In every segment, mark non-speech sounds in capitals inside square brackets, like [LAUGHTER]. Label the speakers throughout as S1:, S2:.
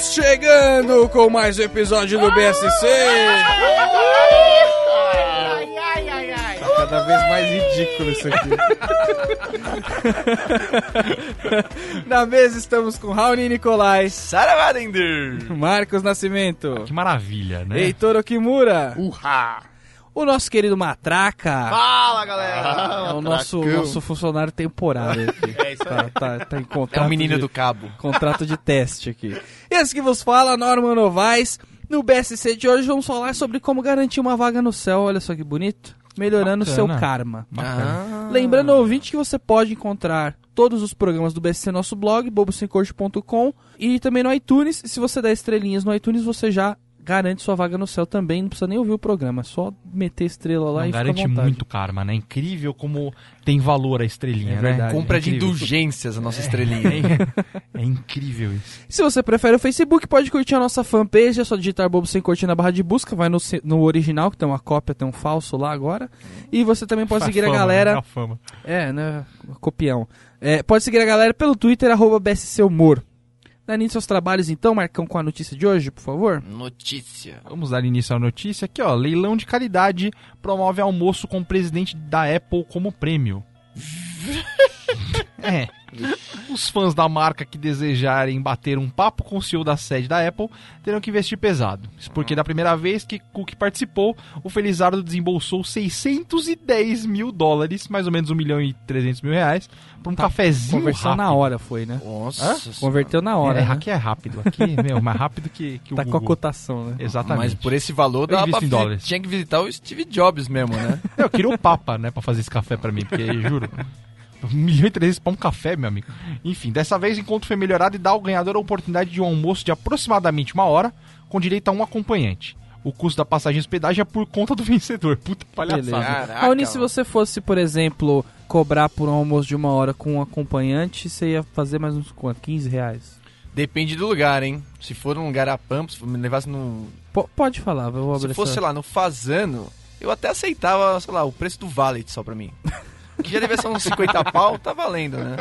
S1: chegando com mais um episódio do BSC.
S2: Ai, ai, ai, ai.
S3: Cada vez mais ridículo isso aqui. [LAUGHS] Na mesa estamos com Raoni Nicolai,
S4: Saravadender!
S3: Marcos Nascimento,
S4: Que maravilha, né?
S3: Heitor Okimura,
S2: Urra!
S3: o nosso querido Matraca,
S4: Fala,
S2: Ah,
S4: galera!
S3: é o nosso,
S2: Matracão.
S3: nosso funcionário temporário aqui.
S4: Ah, É isso
S3: Tá, tá, tá em
S4: É
S3: contrato
S4: o menino
S3: de,
S4: do cabo.
S3: contrato de teste aqui. Esse que vos fala, Norman Novaes. No BSC de hoje vamos falar sobre como garantir uma vaga no céu. Olha só que bonito. Melhorando o seu
S4: Bacana. Ah.
S3: karma.
S4: Bacana.
S3: Lembrando, ouvinte, que você pode encontrar todos os programas do BSC no nosso blog, bobosemcorte.com e também no iTunes. E se você der estrelinhas no iTunes, você já garante sua vaga no céu também. Não precisa nem ouvir o programa, é só meter estrela lá
S4: Não
S3: e
S4: garante
S3: fica à vontade.
S4: muito karma, né? Incrível como tem valor a estrelinha,
S3: É
S4: né?
S3: verdade,
S4: Compra
S3: é
S4: de
S3: incrível.
S4: indulgências a nossa estrelinha. É, é incrível isso.
S3: Se você prefere o Facebook, pode curtir a nossa fanpage. É só digitar Bobo Sem Corte na barra de busca. Vai no, se- no original, que tem uma cópia, tem um falso lá agora. E você também pode seguir a galera. É, né? Copião. É, pode seguir a galera pelo Twitter, arroba BSC Humor. Dá início aos trabalhos então, Marcão, com a notícia de hoje, por favor.
S2: Notícia.
S4: Vamos dar início à notícia aqui, ó. Leilão de caridade promove almoço com o presidente da Apple como prêmio. [LAUGHS] é. Os fãs da marca que desejarem bater um papo com o CEO da sede da Apple terão que investir pesado. Isso porque da primeira vez que Cook participou, o Felizardo desembolsou 610 mil dólares, mais ou menos 1 milhão e 300 mil reais, para um cafezinho
S3: Conversão
S4: rápido.
S3: Tá na hora foi, né?
S2: Nossa senhora.
S3: Converteu na hora.
S4: É,
S3: né?
S4: aqui é rápido. Aqui, meu, mais rápido que, que
S3: Tá
S4: o
S3: com a
S4: Google.
S3: cotação, né?
S4: Exatamente.
S5: Mas por esse valor dá
S4: invisto
S5: pra
S4: em
S5: vi-
S4: dólares.
S5: tinha que visitar o Steve Jobs mesmo, né?
S4: Eu queria o Papa, né, pra fazer esse café pra mim, porque juro. 1 milhão e 300 pra um café, meu amigo. Enfim, dessa vez o encontro foi melhorado e dá ao ganhador a oportunidade de um almoço de aproximadamente uma hora, com direito a um acompanhante. O custo da passagem e hospedagem é por conta do [LAUGHS] vencedor. Puta palhaçada.
S3: Beleza.
S5: Caraca,
S3: Raoni, se
S5: mano.
S3: você fosse, por exemplo, cobrar por um almoço de uma hora com um acompanhante, você ia fazer mais uns quanto? 15 reais?
S5: Depende do lugar, hein? Se for num lugar a pampa, se me levasse no.
S3: Po- pode falar, eu vou abrir
S5: Se fosse,
S3: essa-
S5: sei lá, no Fazano, eu até aceitava, sei lá, o preço do valet só pra mim. Que já devia ser uns 50 pau, tá valendo, né?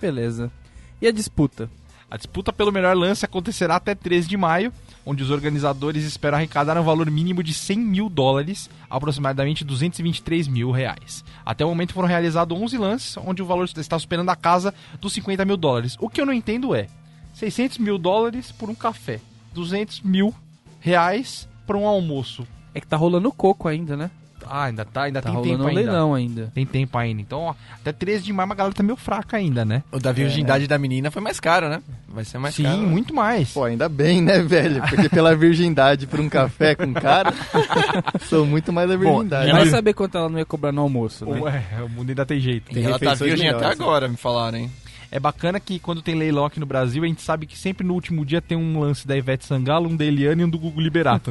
S3: Beleza. E a disputa?
S4: A disputa pelo melhor lance acontecerá até 13 de maio, onde os organizadores esperam arrecadar um valor mínimo de 100 mil dólares, aproximadamente 223 mil reais. Até o momento foram realizados 11 lances, onde o valor está superando a casa dos 50 mil dólares. O que eu não entendo é 600 mil dólares por um café, 200 mil reais por um almoço.
S3: É que tá rolando coco ainda, né?
S4: Ah, ainda tá, ainda
S3: Tá
S4: tem
S3: rolando
S4: tempo
S3: um
S4: ainda.
S3: leilão ainda.
S4: Tem tempo ainda. Então, ó, até 13 de maio a galera tá meio fraca ainda, né?
S5: O da virgindade da menina foi mais caro, né? Vai ser mais
S4: Sim,
S5: caro.
S4: muito mais.
S2: Pô, ainda bem, né, velho? Porque pela virgindade por um café com cara,
S6: [LAUGHS]
S2: sou muito mais da virgindade.
S4: Ela-
S3: Vai saber quanto ela não ia cobrar no almoço, né?
S4: Ué, é o mundo ainda tem jeito.
S2: Tem
S5: Ela tá
S2: refeições
S5: virgem até
S2: melhores, né?
S5: agora, me falaram, hein?
S4: É bacana que quando tem leilão aqui no Brasil, a gente sabe que sempre no último dia tem um lance da Ivete Sangalo, um da Eliane e um do Gugu Liberato,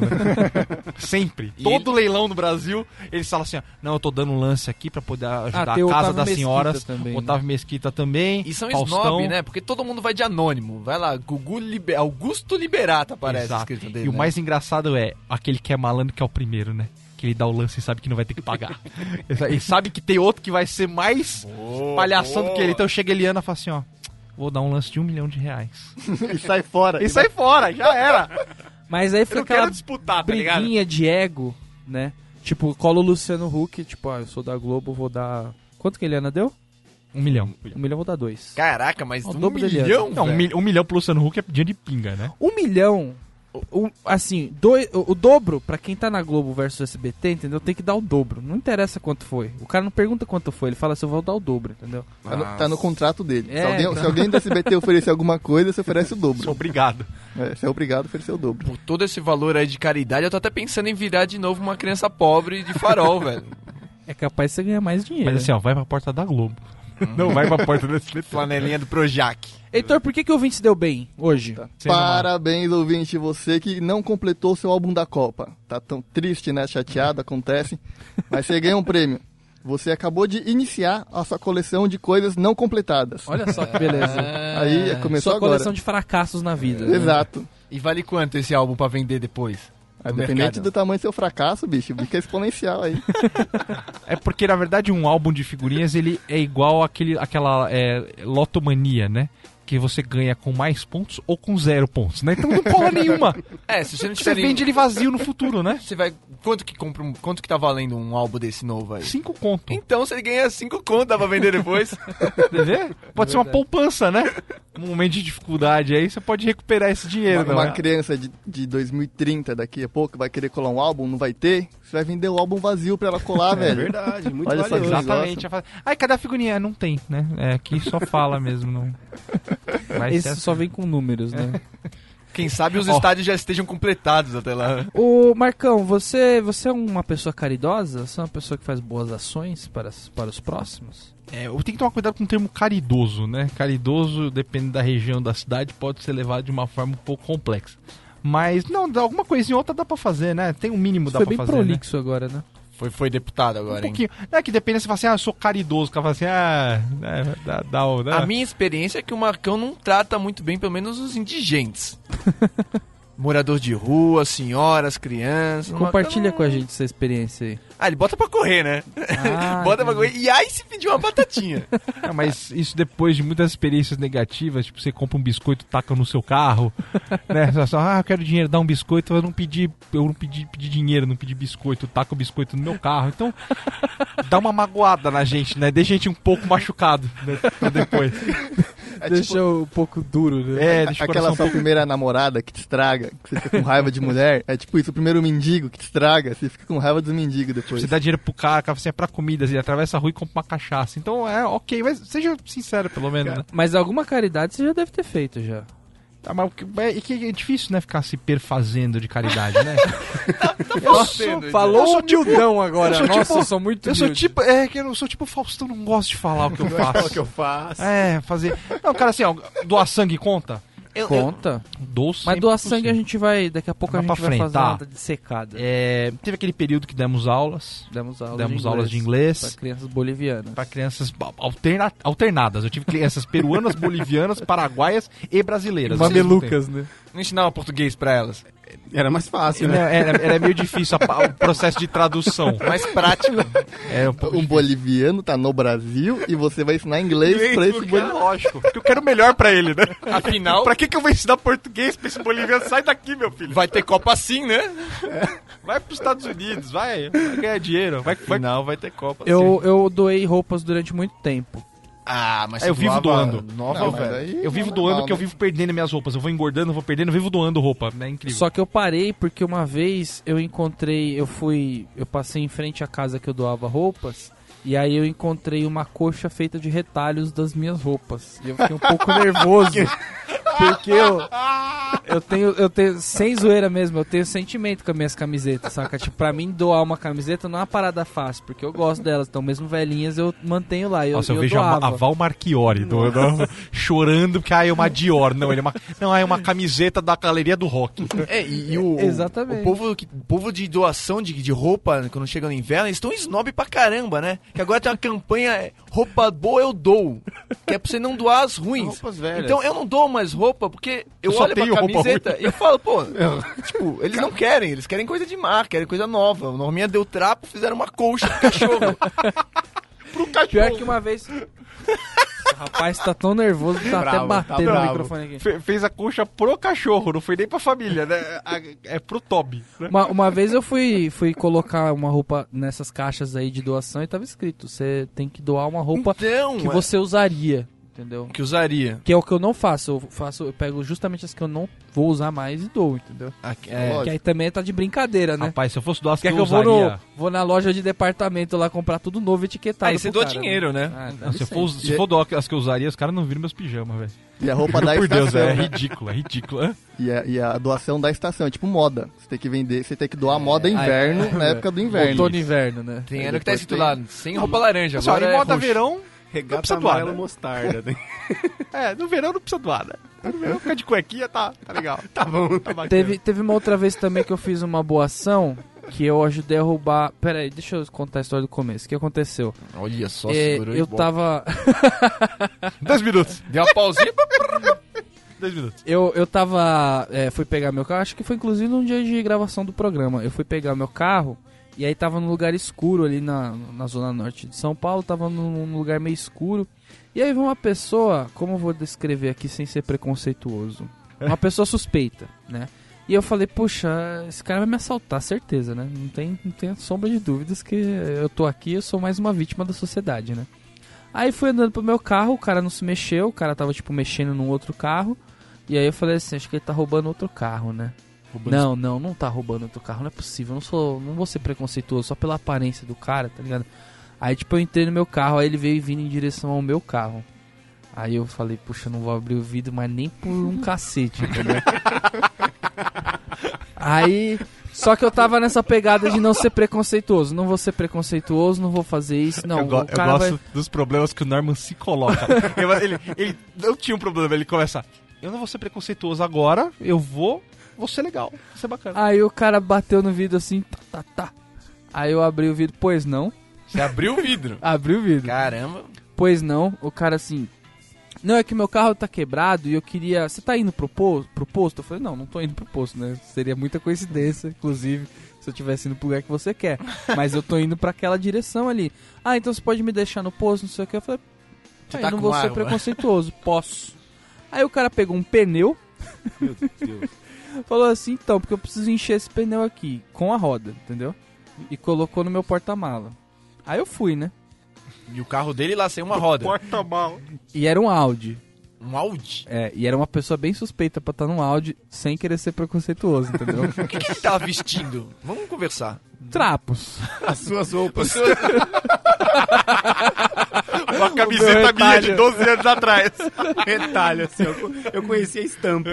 S5: [LAUGHS]
S4: né? sempre.
S5: E
S4: Todo leilão no Brasil, eles falam assim, ó, não, eu tô dando um lance aqui pra poder ajudar
S3: Ah, tem
S4: a
S3: o
S4: Casa
S3: Otávio
S4: das
S3: Mesquita
S4: Senhoras,
S3: também, né?"
S4: o Otávio Mesquita também,
S5: E são
S4: Faustão,
S5: snob, né? Porque todo mundo vai de anônimo. Vai lá, Gugu Liber... Augusto Liberata aparece
S4: Exato.
S5: escrito dele.
S4: E o
S5: né?
S4: mais engraçado é aquele que é malandro que é o primeiro, né? Que ele dá o lance e sabe que não vai ter
S5: [LAUGHS]
S4: que pagar. Ele sa- ele sabe que tem outro que vai ser mais palhação do que ele. Então chega a Eliana e fala assim, ó, vou dar um lance de um milhão de reais.
S2: E sai fora.
S4: E sai fora, já era.
S3: Mas aí fica aquela
S4: disputar,
S3: briguinha de ego, né? Tipo, cola o Luciano Huck, tipo, ah, eu sou da Globo, vou dar... Quanto que a Eliana deu?
S4: Um milhão.
S3: Um milhão, vou dar dois.
S5: Caraca, mas
S3: Ó, o
S5: um
S3: dobro dele é.
S5: milhão,
S4: Não, um,
S5: velho.
S4: mil, um milhão pro Luciano Huck é dia de pinga, né?
S3: Um milhão, o- o- assim, dois, o, o dobro, pra quem tá na Globo versus SBT, entendeu? Tem que dar o dobro. Não interessa quanto foi. O cara não pergunta quanto foi, ele fala assim, eu vou dar o dobro, entendeu?
S2: Tá no, tá no contrato dele.
S3: É,
S2: se, alguém,
S3: tá.
S2: se alguém do SBT oferecer alguma coisa, você oferece o dobro.
S4: obrigado.
S2: É, você é obrigado a oferecer o dobro.
S5: Por tipo, todo esse valor aí de caridade, eu tô até pensando em virar de novo uma criança pobre de farol, [LAUGHS] velho.
S3: É capaz de você ganhar mais dinheiro.
S4: [LAUGHS]
S3: né?
S4: Mas assim, ó, vai pra porta da Globo. [LAUGHS] Não vai pra porta da SBT.
S5: Flanelinha do Projac.
S3: Heitor, por que, que o ouvinte se deu bem hoje?
S2: Tá.
S4: Sendo uma-
S2: Parabéns, ouvinte, você que não completou seu álbum da Copa. Tá tão triste, né? Chateado, acontece. Mas você ganha um prêmio. Você acabou de iniciar a sua coleção de coisas não completadas.
S3: Olha só que [LAUGHS] beleza.
S2: É, Aí começou
S3: Sua
S2: agora.
S3: coleção de fracassos na vida. né?
S2: Exato.
S5: E vale quanto esse álbum pra vender depois?
S2: Aí,
S5: No
S2: É, dependente
S5: mercado.
S2: do tamanho do seu fracasso, bicho, fica exponencial aí.
S4: É porque, na verdade, um álbum de figurinhas ele é igual àquele, àquela é, lotomania, né? que você ganha com mais pontos ou com zero pontos, né? Então não cola [LAUGHS] nenhuma.
S5: É, se você não
S4: Você
S5: tiver
S4: vende
S5: nenhum...
S4: ele vazio no futuro, né?
S5: Você vai... Quanto que compra um... Quanto que tá valendo um álbum desse novo aí?
S4: Cinco conto.
S5: Então você ganha 5 conto, dá pra vender depois.
S4: Quer ver? Pode ser uma poupança, né? Um momento de dificuldade aí, você pode recuperar esse dinheiro.
S2: Uma, uma
S6: é.
S4: né?
S2: criança de, de 2030 daqui a pouco vai querer colar um álbum, não vai ter. Você vai vender o álbum vazio pra ela colar,
S6: [LAUGHS] É
S2: velho.
S6: verdade, muito
S2: Olha só,
S6: valioso.
S4: Exatamente. Ai, cadê a figurinha? Não tem, né? É, aqui só fala mesmo.
S3: [LAUGHS]
S4: Não... Vai ser assim.
S3: Esse só vem com números, [LAUGHS] né?
S5: [LAUGHS] Quem sabe os
S4: Ó.
S5: estádios já estejam completados até lá.
S3: Ô, Marcão, você, você é uma pessoa caridosa? Você é uma pessoa que faz boas ações para, as- para os próximos?
S4: É, eu tenho que tomar cuidado com o termo caridoso, né? Caridoso, dependendo da região da cidade, pode ser levado de uma forma um pouco complexa. Mas, não, dá alguma coisinha ou outra dá pra fazer, né? Tem um mínimo
S3: Você
S4: dá
S3: foi
S4: pra
S3: bem
S4: fazer, né?
S3: prolixo agora, né?
S5: Foi, foi deputado
S4: Um
S5: agora, hein?
S4: pouquinho. Não é que depende, você fala assim, ah, eu sou caridoso. O cara fala assim, ah, é, dá, dá, o- dá.
S5: A minha experiência é que o Marcão não trata muito bem, pelo menos,
S3: [LAUGHS]
S5: os indigentes. Morador de rua, senhoras, crianças. o Marcão
S3: Compartilha
S5: não-
S3: com a gente essa experiência aí.
S5: Ah, ele bota pra correr, né?
S3: Ah,
S5: [LAUGHS] bota pra correr. E aí se pedir uma batatinha.
S4: É, mas isso depois de muitas experiências negativas, tipo, você compra um biscoito, taca no seu [LAUGHS] carro, né? Você fala, ah, eu quero dinheiro, dá um biscoito, eu não pedi, eu não pedi, pedi dinheiro, não pedi biscoito, taca o biscoito no meu carro. Então, dá uma magoada na gente, né? Deixa a gente um pouco machucado né, pra depois.
S2: É
S3: Deixa
S2: tipo
S3: um pouco duro, né?
S4: [LAUGHS] É, deixa o
S2: aquela
S4: coração...
S6: um
S2: sua primeira namorada que te estraga, que você fica com raiva de mulher. É tipo isso, o primeiro mendigo que te estraga, você fica com raiva dos mendigos depois.
S4: Você
S6: Tipo,
S4: dá dinheiro pro cara, o cara fala assim, é pra comida, assim, atravessa a rua e compra uma cachaça. Então, é ok, mas seja sincero, pelo menos, né?
S3: Mas alguma caridade você já deve ter feito já.
S4: Ah, mas o que- é, que é difícil, né, ficar se perfazendo de caridade, [LAUGHS] né?
S5: Nossa,
S4: Eu um sou
S3: tildão agora.
S4: eu sou tipo-
S3: sou muito
S4: Eu sou
S3: humilde.
S4: tipo. É que eu não sou tipo o Faustão, não gosto de falar
S6: [LAUGHS]
S4: o que eu
S6: Fala é o
S4: faço.
S6: que eu faço.
S4: É, fazer. Não, cara, assim, ó, doar sangue conta?
S3: Conta.
S4: Dou
S3: Mas
S4: sempre
S3: doar
S4: possível.
S3: sangue a gente vai... Daqui a pouco a
S4: Mas pra
S3: gente vai
S4: frente,
S3: fazer
S4: tá.
S3: uma dissecada.
S4: É, teve aquele período que demos aulas.
S3: Demos aulas
S4: demos
S3: de inglês.
S4: aulas de inglês.
S3: Para crianças bolivianas.
S4: Pra crianças ba- alterna- alternadas. Eu tive crianças peruanas, [LAUGHS] bolivianas, paraguaias e brasileiras. Vocês
S3: né?
S5: Não ensinava português pra elas.
S6: Era mais fácil,
S4: não têm.
S6: né?
S4: Não, Era, era meio difícil a pa- o processo de tradução.
S5: [LAUGHS] Mais prático.
S4: É um pouco
S2: Um boliviano tá no Brasil e você vai ensinar inglês pra esse
S4: É
S2: boliviano.
S4: lógico, porque eu quero o melhor pra ele, né?
S5: Afinal,
S4: Pra que, que eu vou ensinar português pra esse boliviano? Sai daqui, meu filho. É.
S5: vai ter Copa sim, né?
S4: Vai pros Estados Unidos, vai, vai ganhar dinheiro. Vai, vai...
S5: Não, vai ter Copa
S3: Eu, eu doei roupas durante muito tempo.
S5: Ah, mas
S4: É, eu
S5: você
S4: vivo
S5: doava
S4: doando.
S5: Nova,
S2: Não, mas
S5: velho.
S2: aí
S4: Eu vivo
S2: é
S4: doando
S2: normal,
S4: que eu
S2: né?
S4: vivo perdendo minhas roupas. Eu vou engordando, vou perdendo, eu vivo doando roupa. É incrível.
S3: Só que eu parei porque uma vez eu encontrei, eu fui, eu passei em frente à casa que eu doava roupas e aí eu encontrei uma coxa feita de retalhos das minhas roupas. E eu fiquei um
S4: [LAUGHS]
S3: pouco nervoso. Porque eu, eu tenho, eu tenho, sem zoeira mesmo, eu tenho sentimento com as minhas camisetas, saca? Tipo, pra mim doar uma camiseta não é uma parada fácil, porque eu gosto delas, então mesmo velhinhas eu mantenho lá. E eu,
S4: Nossa, eu,
S3: eu
S4: vejo a, Ma-
S3: doava.
S4: a Val Marchiori do- do- [LAUGHS] chorando porque ah, é uma Dior. Não, ele é uma, não, ah, é uma camiseta da galeria do [LAUGHS] rock.
S5: É, e, e o,
S3: Exatamente.
S5: o povo, que- o povo de doação de, de roupa, quando chega no inverno, eles estão snob pra caramba, né? Que agora tem uma campanha é, roupa boa eu dou. Que é pra você não doar as ruins.
S6: Roupas velhas.
S5: Então eu não dou mais roupa porque eu,
S4: Eu só
S5: olho pra
S4: tenho roupa É.
S5: camiseta e eu falo,
S4: [LAUGHS]
S5: pô, tipo, eles não querem, eles querem coisa de marca, querem coisa nova. O Norminha deu trapo, fizeram uma colcha pro cachorro. pro
S3: Pior
S5: cachorro.
S3: que uma vez. [LAUGHS] Esse rapaz tá tão nervoso que tá até
S6: Bravo, tá
S3: batendo no
S6: bravo.
S3: microfone aqui.
S4: [LAUGHS] Fe- fez a coxa pro cachorro, não foi nem pra família, né? A- é pro Toby. né?
S3: Uma, uma vez eu fui, fui colocar uma roupa nessas caixas aí de doação e tava escrito: você tem que doar uma roupa
S5: Então,
S3: que
S5: é-
S3: você usaria, entendeu?
S5: que usaria.
S3: Que é o que eu não faço. Eu faço, eu pego justamente as que eu não vou usar mais e dou, entendeu?
S5: Ah, é,
S2: Lógico.
S3: Que aí também tá de brincadeira, né?
S4: Rapaz, se eu fosse doar as
S3: Quer que eu vou, no- vou na loja de departamento lá comprar tudo novo etiquetado.
S5: Aí Ah, você
S3: pro
S5: doa
S3: cara,
S5: dinheiro, né? [LAUGHS]
S3: Ah, dá
S4: Não, se, eu for,
S3: licença.
S4: se for doar as que eu usaria, os caras não viram meus pijamas, velho.
S2: E a roupa da
S4: Por
S2: estação.
S4: Deus, é
S2: né?
S4: ridículo, é ridículo. Hã?
S2: e, a, e a doação da estação, é tipo moda. Você tem que vender, você tem que doar
S6: É,
S2: moda inverno na época do inverno.
S3: Outono e inverno, né?
S5: Tem
S2: Aí
S5: ano que tá
S2: depois
S5: escrito
S2: tem-
S5: lá, sem roupa laranja,
S4: Assim, ó,
S5: agora
S4: em
S5: é
S4: moda
S5: roxo.
S4: verão, Não
S6: Regata
S4: precisa doar,
S6: amarela
S4: né?
S6: mostarda. né?
S4: é, no verão não precisa doar, né? No verão ficar de cuequinha, tá, tá legal.
S6: tá bom.
S4: Tá bacana.
S3: Teve, teve uma outra vez também que eu fiz uma boa ação que eu ajudei a roubar. Pera aí, deixa eu contar a história do começo. O que aconteceu?
S5: Olha só,
S3: É,
S5: segurou e
S3: eu
S5: bom.
S3: tava.
S4: Dois minutos.
S5: Deu uma pausinha.
S4: Dois minutos.
S3: Eu, eu tava. é, fui pegar meu carro, acho que foi inclusive num dia de gravação do programa. Eu fui pegar meu carro E aí tava num lugar escuro ali na, na zona norte de São Paulo, tava num, num lugar meio escuro. E aí veio uma pessoa, como eu vou descrever aqui sem ser preconceituoso? Uma pessoa suspeita, né? E eu falei, puxa, esse cara vai me assaltar, certeza, né? Não tem, não tem sombra de dúvidas que eu tô aqui, eu sou mais uma vítima da sociedade, né? Aí fui andando pro meu carro, o cara não se mexeu, o cara tava, tipo, mexendo num outro carro. E aí eu falei assim, acho que ele tá roubando outro carro, né? Não, não, não tá roubando outro carro, não é possível. Eu não sou, não vou ser preconceituoso só pela aparência do cara, tá ligado? Aí tipo eu entrei no meu carro, aí ele veio vindo em direção ao meu carro. Aí eu falei, puxa, eu não vou abrir o vidro, mas nem por
S4: [LAUGHS]
S3: um cacete, entendeu? aí, só que eu tava nessa pegada de não ser preconceituoso, não vou ser preconceituoso, não vou fazer isso, não.
S4: eu, go-
S3: o
S4: eu
S3: cara vai...
S4: gosto dos problemas que o Norman se coloca. [LAUGHS] Eu- ele, ele não tinha um problema, ele começa. Eu não vou ser preconceituoso agora, eu vou, vou ser legal, vou ser bacana.
S3: Aí o cara bateu no vidro assim, tá, tá, tá. Aí eu abri o vidro, pois não.
S5: Você abriu o vidro.
S3: Abri o vidro.
S5: Caramba.
S3: Pois não, o cara assim. Não, é que meu carro tá quebrado e eu queria. Você tá indo pro, po... pro posto? Eu falei, não, não tô indo pro posto, né? Seria muita coincidência, inclusive, se eu tivesse indo pro lugar que você quer. Mas eu tô indo pra aquela direção ali. Ah, então você pode me deixar no posto, não sei o que. Eu falei,
S5: Você
S3: "Aí,
S5: tá
S3: não
S5: com
S3: vou ser
S5: água."
S3: preconceituoso, posso. Aí o cara pegou um pneu,
S6: Meu Deus.
S3: [LAUGHS] falou assim, então, porque eu preciso encher esse pneu aqui, com a roda, entendeu? E colocou no meu porta-mala. Aí eu fui, né?
S5: E o carro dele lá sem uma roda.
S6: Porta mal.
S3: E era um Audi.
S5: Um Audi.
S3: É, e era uma pessoa bem suspeita pra estar no áudio sem querer ser preconceituoso, entendeu?
S5: O que, que ele tava vestindo? Vamos conversar.
S3: Trapos.
S6: As suas roupas.
S4: Uma
S3: O meu
S4: camiseta minha
S3: retalho.
S4: de 12 anos atrás.
S6: Detalhe, assim, eu, co- eu conheci a
S5: [LAUGHS]
S6: estampa.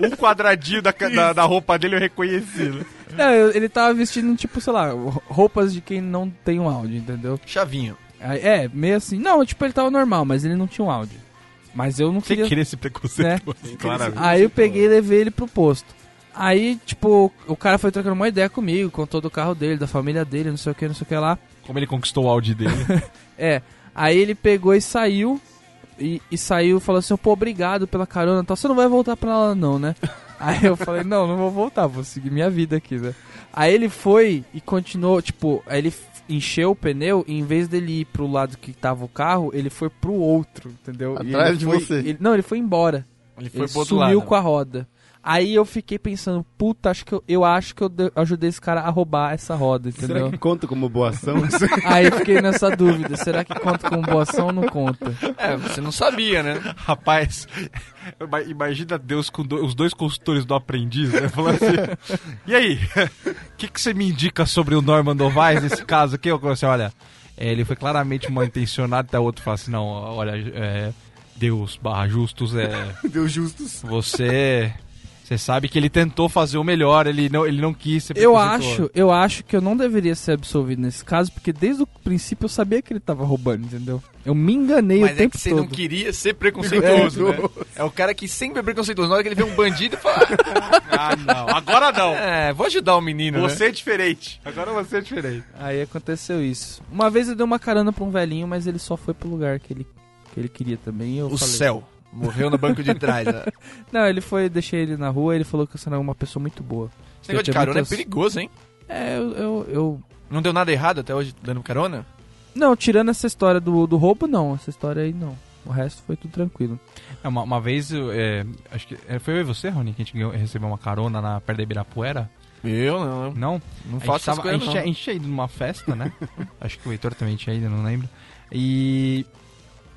S4: Um quadradinho da, ca- da, da roupa dele eu reconheci. né?
S3: Não, eu- ele tava vestindo, tipo, sei lá, roupas de quem não tem um áudio, entendeu?
S5: Chavinho.
S3: Aí, É, meio assim. Não, tipo, ele tava normal, mas ele não tinha um áudio. Mas eu não
S4: Você
S3: queria.
S4: queria esse preconceituoso, claramente.
S3: Aí eu peguei e levei ele pro posto. Aí, tipo, o cara foi trocando uma ideia comigo, contou do carro dele, da família dele, não sei o que, não sei o que lá.
S4: Como ele conquistou o Audi dele.
S3: É. Aí ele pegou e saiu. E, e saiu e falou assim: pô, obrigado pela carona e tal. Você não vai voltar pra lá, não, né? Aí eu falei: não, não vou voltar, vou seguir minha vida aqui, né? Aí ele foi e continuou, tipo, aí ele f- encheu o pneu e em vez dele ir pro lado que tava o carro, ele foi pro outro, entendeu? E
S2: Atrás
S3: ele
S2: de
S3: foi-
S2: você.
S3: ele- não, ele foi embora.
S5: Ele foi
S3: Ele
S5: pro outro
S3: sumiu
S5: lado.
S3: com a roda. Aí eu fiquei pensando, puta, acho que eu, eu acho que eu de- ajudei esse cara a roubar essa roda, entendeu?
S6: Será que conta como boa ação?
S3: [LAUGHS] Aí eu fiquei nessa dúvida, será que conta como boa ação ou não conta?
S5: É, você não sabia, né?
S4: Rapaz, ima- imagina Deus com do- os dois consultores do aprendiz, né? Falando assim, e aí, [LAUGHS] o que, que você me indica sobre o Norman Novaes nesse caso aqui? Eu comecei, olha, é, ele foi claramente mal intencionado, até o outro fala assim, não, olha, é, Deus barra justos, é,
S6: Deus justos.
S4: você... Você sabe que ele tentou fazer o melhor, ele não, ele não quis ser
S3: Eu
S4: preconceituoso.
S3: acho, eu acho que eu não deveria ser absolvido nesse caso, porque desde o princípio eu sabia que ele tava roubando, entendeu? Eu me enganei o
S5: Mas é
S3: tempo
S5: que você não
S3: todo.
S5: queria ser preconceituoso, né? É o cara que sempre é preconceituoso. Na hora que ele vê um bandido, ele fala...
S4: Ah, não. Agora
S3: [LAUGHS]
S4: não.
S3: Né?
S5: É, vou ajudar o menino, né?
S4: Você é diferente. Agora você é diferente.
S3: Aí aconteceu isso. Uma vez eu dei uma carona pra um velhinho, mas ele só foi pro lugar que ele, que ele queria também. e Eu
S5: O
S3: falei-
S5: céu. Morreu no banco de trás. né?
S3: Não, ele foi, deixei ele na rua, ele falou que você era uma pessoa muito boa.
S5: Esse negócio de carona é perigoso, hein?
S3: É, eu- eu, eu
S5: Não deu nada errado até hoje dando carona?
S3: Não, tirando essa história do, do roubo, não. Essa história aí, não. O resto foi tudo tranquilo.
S4: É, uma, uma vez, eu, é, acho que é, foi eu e você, Rony, que a gente ganhou- recebeu uma carona na perto da Ibirapuera?
S5: Eu não.
S4: Não?
S5: Não
S4: a, gente
S5: faço essas
S4: tava- a,
S5: coisas,
S4: gente,
S5: não.
S4: tinha- a gente tinha ido numa festa,
S2: [LAUGHS]
S4: né? acho que o Heitor também tinha ido, não lembro. E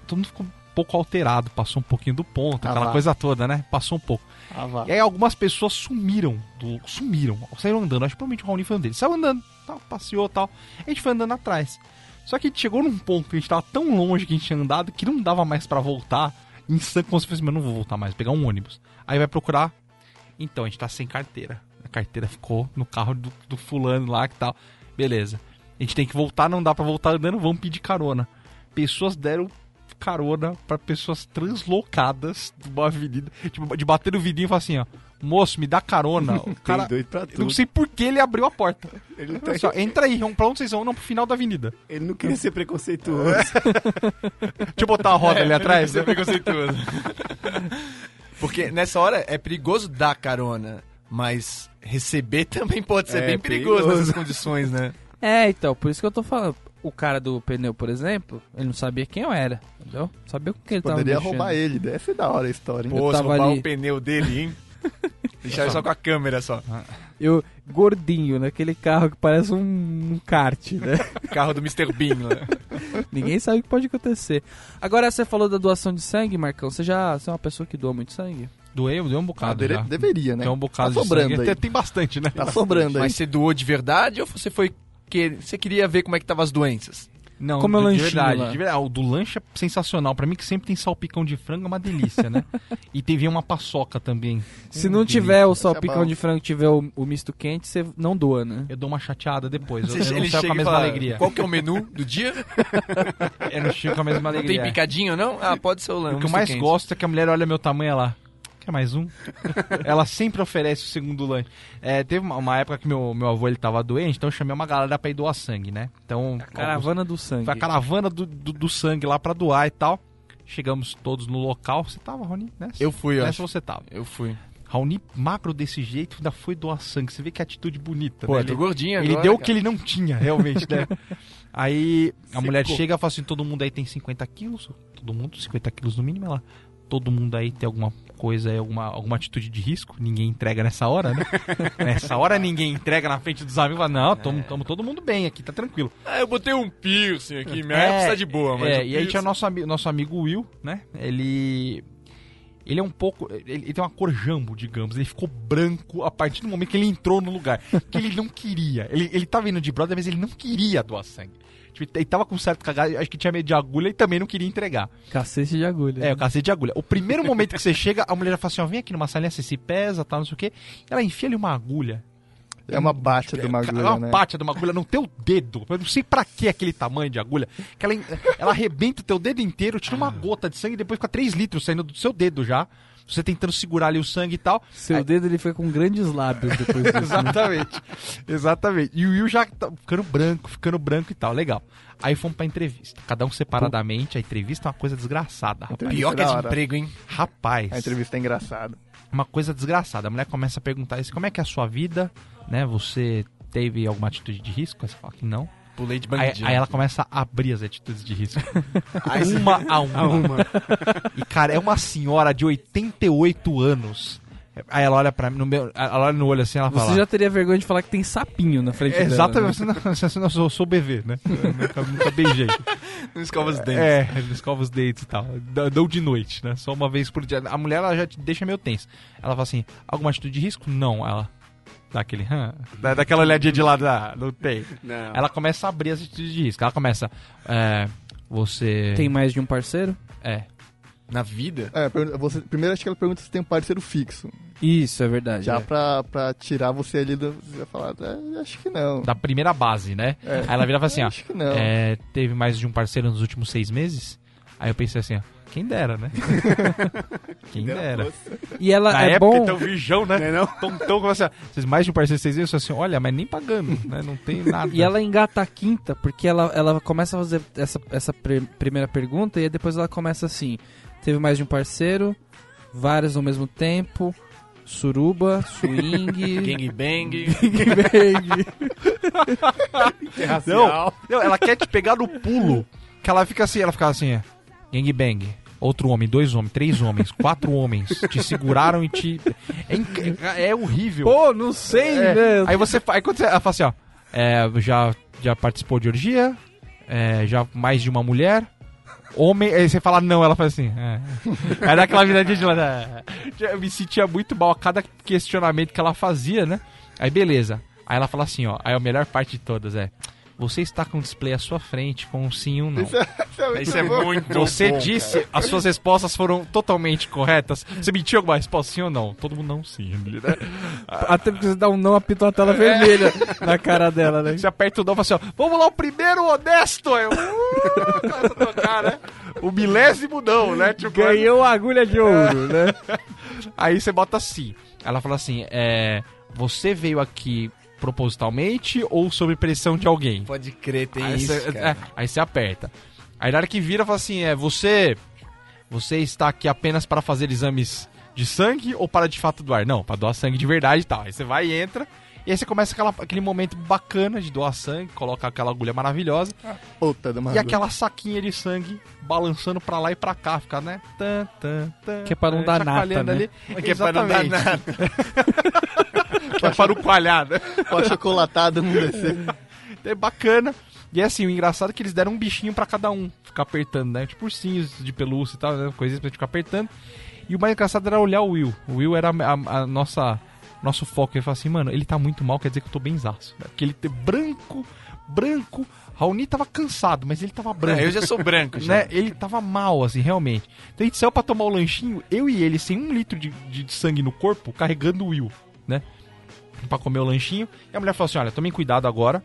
S4: todo mundo ficou um pouco alterado, passou um pouquinho do ponto,
S2: Ah,
S4: aquela
S2: vá.
S4: coisa toda, né? Passou um pouco.
S2: Ah, vá.
S4: E aí algumas pessoas sumiram, do, sumiram, saíram andando. Acho que provavelmente o Raoni foi um deles. Saiu andando, tal, passeou tal. A gente foi andando atrás. Só que a gente chegou num ponto que a gente tava tão longe que a gente tinha andado que não dava mais pra voltar. Em sã consciência, eu falei assim, mas não vou voltar mais, vou pegar um ônibus. Aí vai procurar. Então, a gente tá sem carteira. A carteira ficou no carro do, do fulano lá que tal. Beleza. A gente tem que voltar, não dá pra voltar andando, vamos pedir carona. Pessoas deram carona pra pessoas translocadas de uma avenida, tipo, de bater no vidinho e falar assim, ó, moço, me
S6: [LAUGHS]
S4: dá carona. O cara,
S6: Tem doido pra
S4: eu não
S6: tudo.
S4: sei por que ele abriu a porta.
S6: Ele não, tá
S4: Olha
S6: tem-
S4: só, entra aí, vamos pra onde vocês vão? Não, pro final da avenida.
S6: ele não queria ser preconceituoso.
S4: Deixa eu botar a roda ali atrás.
S5: é
S4: né?
S5: [LAUGHS] Porque nessa hora é perigoso é dar carona. Mas receber também pode ser
S6: É,
S5: bem perigoso,
S6: perigoso.
S5: nessas condições, né?
S3: É, então, por isso que eu tô falando. O cara do pneu, por exemplo, ele não sabia quem eu era, entendeu? Não Sabia com quem ele tava
S2: Poderia
S3: Tá mexendo.
S2: roubar ele, um deve ser da hora a história, hein?
S5: Pô, se
S3: tava
S5: roubar
S3: ali.
S5: o pneu dele,
S4: [LAUGHS]
S5: hein? Deixar ele só com a câmera só.
S4: Ah.
S3: Eu, gordinho, naquele carro que parece um, um kart,
S2: [LAUGHS]
S3: né?
S5: Carro do Mr. Bean lá.
S3: Ninguém sabe o que pode acontecer. Agora, você falou da doação de sangue, Marcão. Você já você é uma pessoa que doa muito sangue?
S4: Doei, doei um
S2: Ah,
S4: bocado.
S2: dele-
S4: já.
S2: deveria, né?
S4: Tem um bocado
S2: tá
S4: de
S2: sobrando
S4: sangue.
S2: aí.
S4: Tem, tem bastante, né?
S2: Tá sobrando aí.
S5: Mas você doou de verdade ou você foi. Que... Você queria ver como é que tava as doenças?
S4: Não,
S3: Como é o
S4: de
S3: lanchinho
S4: verdade,
S3: lá?
S4: de verdade. Ah, O do lanche é sensacional. Pra mim, que sempre tem salpicão de frango, é uma delícia,
S5: [LAUGHS]
S4: né? e teve uma paçoca também.
S3: Se
S4: Hum,
S3: não
S4: que
S3: tiver o
S2: é
S3: salpicão
S2: bom.
S3: de frango, tiver o, o misto quente, você não doa, né?
S4: delícia. Eu dou uma chateada depois. Eu,
S5: Você-
S4: eu não saio com a
S5: e
S4: mesma
S5: fala,
S4: alegria.
S5: Qual que é o menu do dia?
S4: Eu não chego com a mesma
S5: [LAUGHS] Não
S4: [LAUGHS]
S5: tem
S4: alegria.
S5: picadinho, não? Ah, pode ser o
S4: É. O
S5: lance.
S4: que eu mais gosto é que a mulher olha meu tamanho ela. Quer mais
S5: [LAUGHS]
S4: um? ela sempre oferece o segundo lanche. É, teve uma, uma época que meu, meu avô ele tava doente, então eu chamei uma galera pra ir doar sangue, né? Então.
S3: Caravana do sangue.
S4: Foi a caravana do, do, do sangue lá pra doar e tal. Chegamos todos no local. Você tava, Rony? Nessa?
S5: Eu fui, eu
S4: Nessa
S5: acho.
S4: você tava.
S5: Eu fui.
S4: Raoni magro desse jeito ainda foi doar sangue. Você vê que atitude bonita,
S5: Pô,
S4: né?
S5: eu tô
S4: Ele-
S5: gordinho
S4: ele
S5: agora,
S4: deu o
S5: cara.
S4: que ele não tinha, realmente, né?
S5: [LAUGHS]
S4: aí a
S6: Secou.
S4: mulher chega e fala assim: todo mundo aí tem 50 quilos? Todo mundo, 50 quilos no mínimo, ela. Todo mundo aí tem alguma coisa, aí, alguma, alguma atitude de risco? Ninguém entrega nessa hora, né? nessa hora ninguém entrega na frente dos amigos. fala, Não, tamo, tamo todo mundo bem aqui, tá tranquilo.
S5: Ah, eu botei um piercing aqui, minha
S4: É,
S5: época tá de boa, mas.
S4: É,
S5: um
S4: e aí tinha
S5: piercing-
S4: nosso, ami- nosso amigo Will, né? Ele. Ele é um pouco. Ele, ele tem uma cor jambo, digamos. Ele ficou branco a partir do momento que ele entrou no lugar. [LAUGHS] Que ele não queria. Ele, ele tava indo de brother, mas ele não queria doar sangue. Tipo, ele tava com um certo cagado, acho que tinha medo de agulha e também não queria entregar.
S3: Cacete de agulha.
S4: É, o cacete de agulha. O primeiro momento que você [LAUGHS] chega, a mulher já fala assim: ó, vem aqui numa salinha, você se pesa, tal, não sei o quê. Ela enfia ali uma agulha.
S2: É uma baixa
S4: Cara,
S2: do
S4: é
S2: Magulha,
S4: uma
S2: né?
S4: pátia de uma agulha no teu dedo. Eu não sei pra que aquele tamanho de agulha. Que ela, ela arrebenta o teu dedo inteiro, tira uma gota de sangue e depois fica 3 litros saindo do seu dedo já. Você tentando segurar ali o sangue e tal.
S3: Seu dedo ele foi com grandes lábios [LAUGHS] depois disso. né?
S4: Exatamente. Exatamente. E o Will já tá ficando branco, ficando branco e tal. Legal. Aí fomos pra entrevista. Cada um separadamente. A entrevista é uma coisa desgraçada, rapaz. é
S5: Pior que
S2: Da
S5: esse
S2: hora.
S5: emprego, hein?
S4: Rapaz.
S2: A entrevista é engraçada.
S4: uma coisa desgraçada. A mulher começa a perguntar isso, como é que é a sua vida, né? Você teve alguma atitude de risco? Aí você fala que não.
S5: Pulei de
S4: Aí,
S5: bandido.
S4: aí ela começa a abrir as atitudes de [LAUGHS] risco. uma [LAUGHS] a uma.
S5: [LAUGHS]
S4: E, cara, é uma senhora de 88 anos. Aí ela olha pra mim, no meu, ela olha no olho assim, ela fala...
S3: Você já teria vergonha de falar que tem sapinho na frente
S4: É,
S3: dela, né?
S4: Exatamente, [LAUGHS] você não, você não, eu sou bebê, né? Eu nunca, nunca beijei.
S5: Não escova os dentes.
S4: É, [LAUGHS] ele escova os dentes e tal. D- Dão de noite, né? Só uma vez por dia. A mulher, ela já te deixa meio tenso. Ela fala assim, alguma atitude de risco? Não. Ela dá aquele... hã? Dá, dá aquela olhadinha de lado, ah, não tem.
S6: Não.
S4: Ela começa a abrir as atitudes de risco. Ela começa... É, você...
S3: Tem mais de um parceiro?
S4: É.
S5: Na vida?
S2: É, pergunta- você- primeiro acho que ela pergunta se tem um parceiro fixo.
S3: Isso, é verdade.
S2: Já
S3: é.
S2: pra, pra tirar você ali do. Você vai falar, "É, acho que não.
S4: Da primeira base, né?
S2: É.
S4: Aí ela vira e fala assim, ó...
S2: acho que não.
S4: é, teve mais de um parceiro nos últimos seis meses? Aí eu pensei assim, ó... Quem dera, [LAUGHS] né? Quem dera.
S3: E ela
S4: Na
S3: é
S4: época,
S3: bom.
S4: então, virgão, né?
S6: Não é não?
S4: Tontão como assim, ó, vocês mais de um parceiro vocês viram? assim, olha, mas nem pagando, né?
S3: [LAUGHS]
S4: Não tem nada.
S3: E ela engata a quinta, porque ela, ela começa a fazer essa, essa pre- primeira pergunta e aí depois ela começa assim: teve mais de um parceiro, vários ao mesmo tempo, suruba, [LAUGHS] swing.
S4: [LAUGHS]
S5: Gangbang.
S4: É
S3: gangbang.
S6: Não.
S4: Não, ela quer te pegar no pulo. Que ela fica assim, ela fica assim, ó, gangbang. Outro homem, dois homens, três homens, quatro homens te seguraram e te. É, inc- é horrível.
S3: Pô, não sei,
S4: É,
S3: né?
S4: Aí você fa- aí quando você, ela fala assim, ó. é, já, já participou de orgia? É, já mais de uma mulher? Homem. Aí você fala não, ela faz assim.
S5: [LAUGHS]
S4: É. Aí dá aquela viradinha de lado. é. Já Eu me sentia muito mal a cada questionamento que ela fazia, né? Aí beleza. Aí ela fala assim, ó. Aí a melhor parte de todas é. Você está com o display à sua frente, com um sim e um não.
S5: Isso é muito
S4: Você
S5: bom,
S4: disse, as suas respostas foram totalmente corretas. Você mentiu alguma resposta, sim ou não? Todo mundo não, sim.
S5: É.
S4: né?
S3: Até porque você dá um não, apitou a tela vermelha [LAUGHS] na cara dela, né?
S4: Você aperta o dó e fala assim, ó, vamos lá, o primeiro honesto. Eu, uh, essa tua cara. O milésimo não, né? Tipo,
S3: Ganhou a agulha de ouro, né?
S4: Aí você bota assim. Ela fala assim, é, você veio aqui propositalmente ou sob pressão de alguém?
S5: Pode crer, tem
S4: aí,
S5: Ah, isso,
S4: você,
S5: cara.
S4: é, aí você aperta. Aí na hora que vira, fala assim, é, você... Você está aqui apenas para fazer exames de sangue ou para de fato doar? Não, para doar sangue de verdade e tal. Aí você vai e entra. E aí você começa aquela- aquele momento bacana de doar sangue, coloca aquela agulha maravilhosa
S2: Puta do
S4: e aquela saquinha de sangue balançando pra lá e pra cá, ficar, né? Tan, tan, tan,
S3: Que é pra não dar nata,
S4: chacoalhando
S3: né?
S5: Que é pra não dar
S4: Exatamente.
S5: nada.
S4: [LAUGHS] Que é para o coalhado.
S2: Com a chocolatada não descer.
S4: É bacana. E é assim, o engraçado é que eles deram um bichinho pra cada um ficar apertando, né? Tipo ursinhos de pelúcia e tal, né? coisinhas pra gente ficar apertando. E o mais engraçado era olhar o Will. O Will era a, a- a nossa nosso foco. Ele falava assim, mano, ele tá muito mal, quer dizer que eu tô benzaço. Né? Porque ele tem branco, branco. Raoni tava cansado, mas ele tava branco.
S5: Não, É, eu já sou branco, já.
S4: né? Ele tava mal, assim, realmente. Então a gente saiu pra tomar o lanchinho, eu e ele, sem um litro de, de- de sangue no corpo, carregando o Will, né? Pra comer o lanchinho. E a mulher falou assim: olha, tomem cuidado agora.